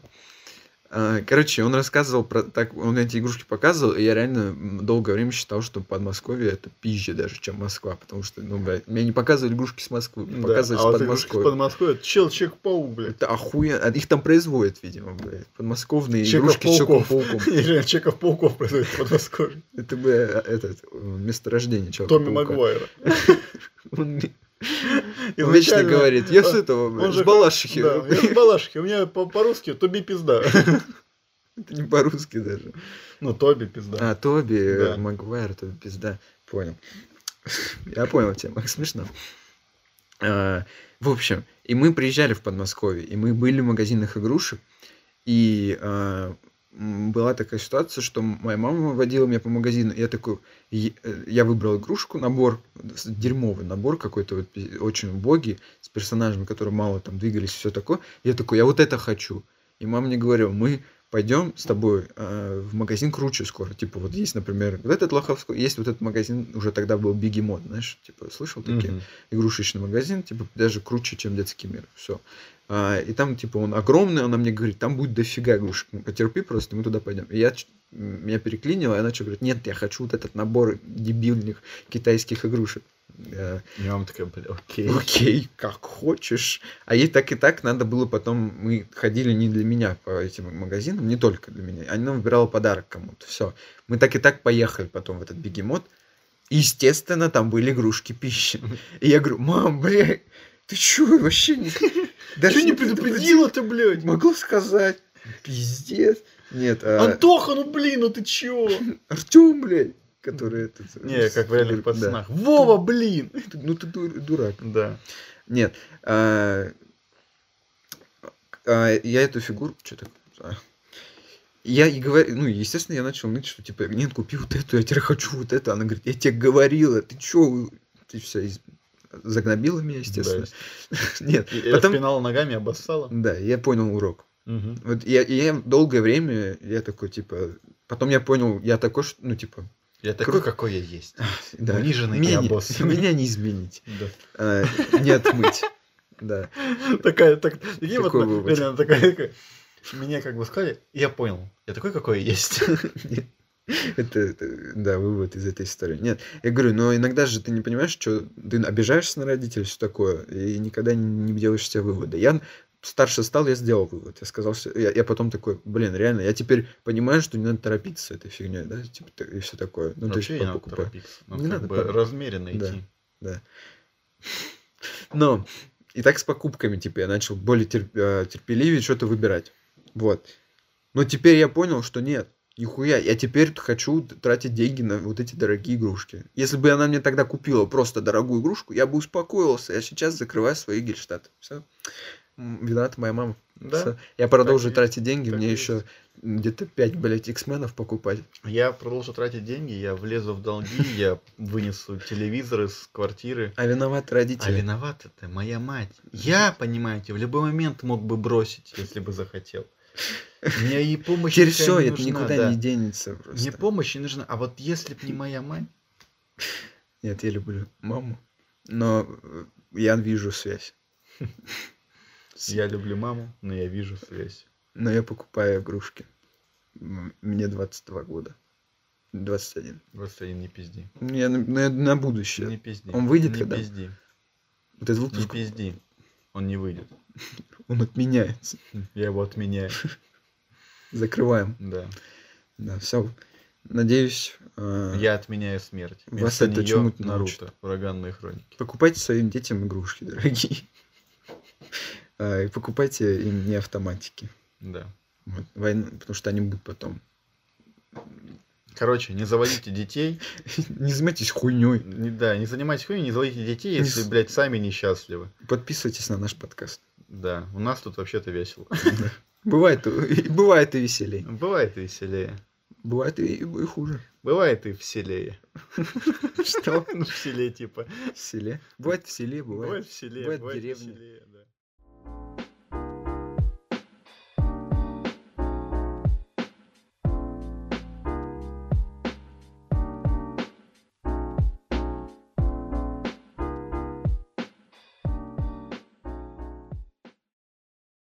А, Короче, он рассказывал про так, он эти игрушки показывал, и я реально м, долгое время считал, что Подмосковье это пизже даже, чем Москва, потому что, ну, блядь, мне не показывали игрушки с Москвы, мне Да, показывали а с вот игрушки Подмосковья. Из Подмосковья. Чел, чек паук, блядь. Это охуенно, их там производят, видимо, блядь, подмосковные игрушки с Человеков-пауков. Человеком-пауком. Не, реально, чеков пауков производит в Подмосковье. Это бы этот э, месторождение человека. Томми Магуайра. Он, ми- он вечно Изначально- говорит, я с Он- этого, блядь, же с как- Балашихи. Да, я с Балашки. У меня по- по-русски Тоби пизда. Это не по-русски даже. Ну, Тоби пизда. А, Тоби, э, Да. Магуайр, Тоби, пизда. Понял. Я понял тебя, Макс, смешно. А, В общем, и мы приезжали в Подмосковье, и мы были в магазинах игрушек, и а, м, была такая ситуация, что моя мама водила меня по магазину, и я такой, е- э, я выбрал игрушку, набор, с- дерьмовый набор какой-то, вот, пи- очень убогий, с персонажами, которые мало там двигались, все такое. Я такой, я вот это хочу. И мама мне говорила, мы пойдем с тобой э, в магазин круче скоро. Типа, вот есть, например, вот этот Лоховской, есть вот этот магазин, уже тогда был Бегемот, знаешь, типа, слышал такие? Мгм. игрушечный магазин, типа, даже круче, чем детский мир. Все. и там, типа, он огромный, она мне говорит, там будет дофига игрушек. ну, Потерпи просто, мы туда пойдем. И я ч- м, меня переклинило, и она что говорит, нет, я хочу вот этот набор дебильных китайских игрушек. Э, Я, И мама такая, бля, окей. Окей, как хочешь. А ей так и так надо было потом... Мы ходили не для меня по этим магазинам, не только для меня. Она выбирала подарок кому-то. Все. Мы так и так поехали потом в этот бегемот. И, естественно, там были игрушки пищи. И я говорю, мам, бля, ты чё, вообще не... Ты не предупредила ты, блядь? Могу сказать. Пиздец. Нет, а... Антоха, ну блин, ну ты чё? Артём, блядь. которые... этот, э, Не, как в реальных да. пацанах. Вова, блин! Ты- Ну ты дур- дурак. Да. Нет. а, а, я эту фигуру... Что такое? А. Я и говорю, ну, естественно, я начал ныть, что, типа, нет, купи вот эту, я теперь хочу вот это. Она говорит, я тебе говорила, ты чё? Ты вся из- загнобила меня, естественно. Нет, И- Я потом... пинал ногами, обоссала. Да, я понял урок. Мгм. Вот я, и я долгое время, я такой, типа... Потом я понял, я такой, что, ну, типа... Я такой, Круто. какой я есть. Да, Униженный меня, я не- босс. меня не изменить, Да. а, не отмыть. Да. Такая, так, такие вот, Такой вывод. реально, она такая, такая, мне как бы сказали, я понял, я такой, какой я есть. Нет. Это, это, да, вывод из этой истории. Нет, я говорю, но иногда же ты не понимаешь, что ты обижаешься на родителей, все такое, и никогда не, не делаешь себе выводы. Я старше стал, я сделал вывод. Я сказал, что... Я, я потом такой, блин, реально, я теперь понимаю, что не надо торопиться с этой фигней, да, типа, т- и все такое. Ну, то есть Вообще по- не надо покупаю. торопиться. Ну, Не как надо бы торопиться. размеренно Да. идти. Но и так с покупками, типа, я начал более терп- э, терпеливее что-то выбирать. Вот. Но теперь я понял, что нет, нихуя, я теперь хочу тратить деньги на вот эти дорогие игрушки. Если бы она мне тогда купила просто дорогую игрушку, я бы успокоился. Я сейчас закрываю свои гельштаты. Все. Виновата моя мама. Всё. Да. Я продолжу есть, тратить деньги, так мне и есть. еще где-то 5, блядь, иксменов покупать. Я продолжу тратить деньги, я влезу в долги, я вынесу телевизор из квартиры. А виноваты А родители. виновата это моя мать. Я, понимаете, в любой момент мог бы бросить, если бы захотел. Мне и помощь Теперь никакая все, не это нужна, никуда да. не денется. Просто. Мне помощь не нужна. А вот если бы не моя мать... Нет, я люблю маму, но э, я вижу связь. Я люблю маму, но я вижу связь. Но я покупаю игрушки. М, Мне 22 года. 21. Просто не пизди. Ну, Я на, на- на будущее. Не пизди. Он выйдет не когда? пизди. Вот этот Не выпуск, пизди. Он не выйдет. он отменяется. Я его отменяю. Закрываем. Да. Да, все. Надеюсь, э, Я отменяю смерть. Вас Вместо это неё чему-то научит. Наруто. Ураганные хроники. покупайте своим детям игрушки, дорогие. Э, И покупайте им не автоматики. Да. Вот, война- потому что они будут потом. Короче, не заводите детей. Не занимайтесь хуйней. Не, да, не занимайтесь хуйней, не заводите детей, Не если, с- блядь, сами несчастливы. Подписывайтесь на наш подкаст. Да, у нас тут вообще-то весело. Бывает, и- бывает и веселее. Бывает и веселее. Бывает и, и хуже. Бывает и веселее. Что? Ну, в селе, типа. В селе. Бывает в селе, бывает. Бывает в селе, бывает в бывает деревне. веселее.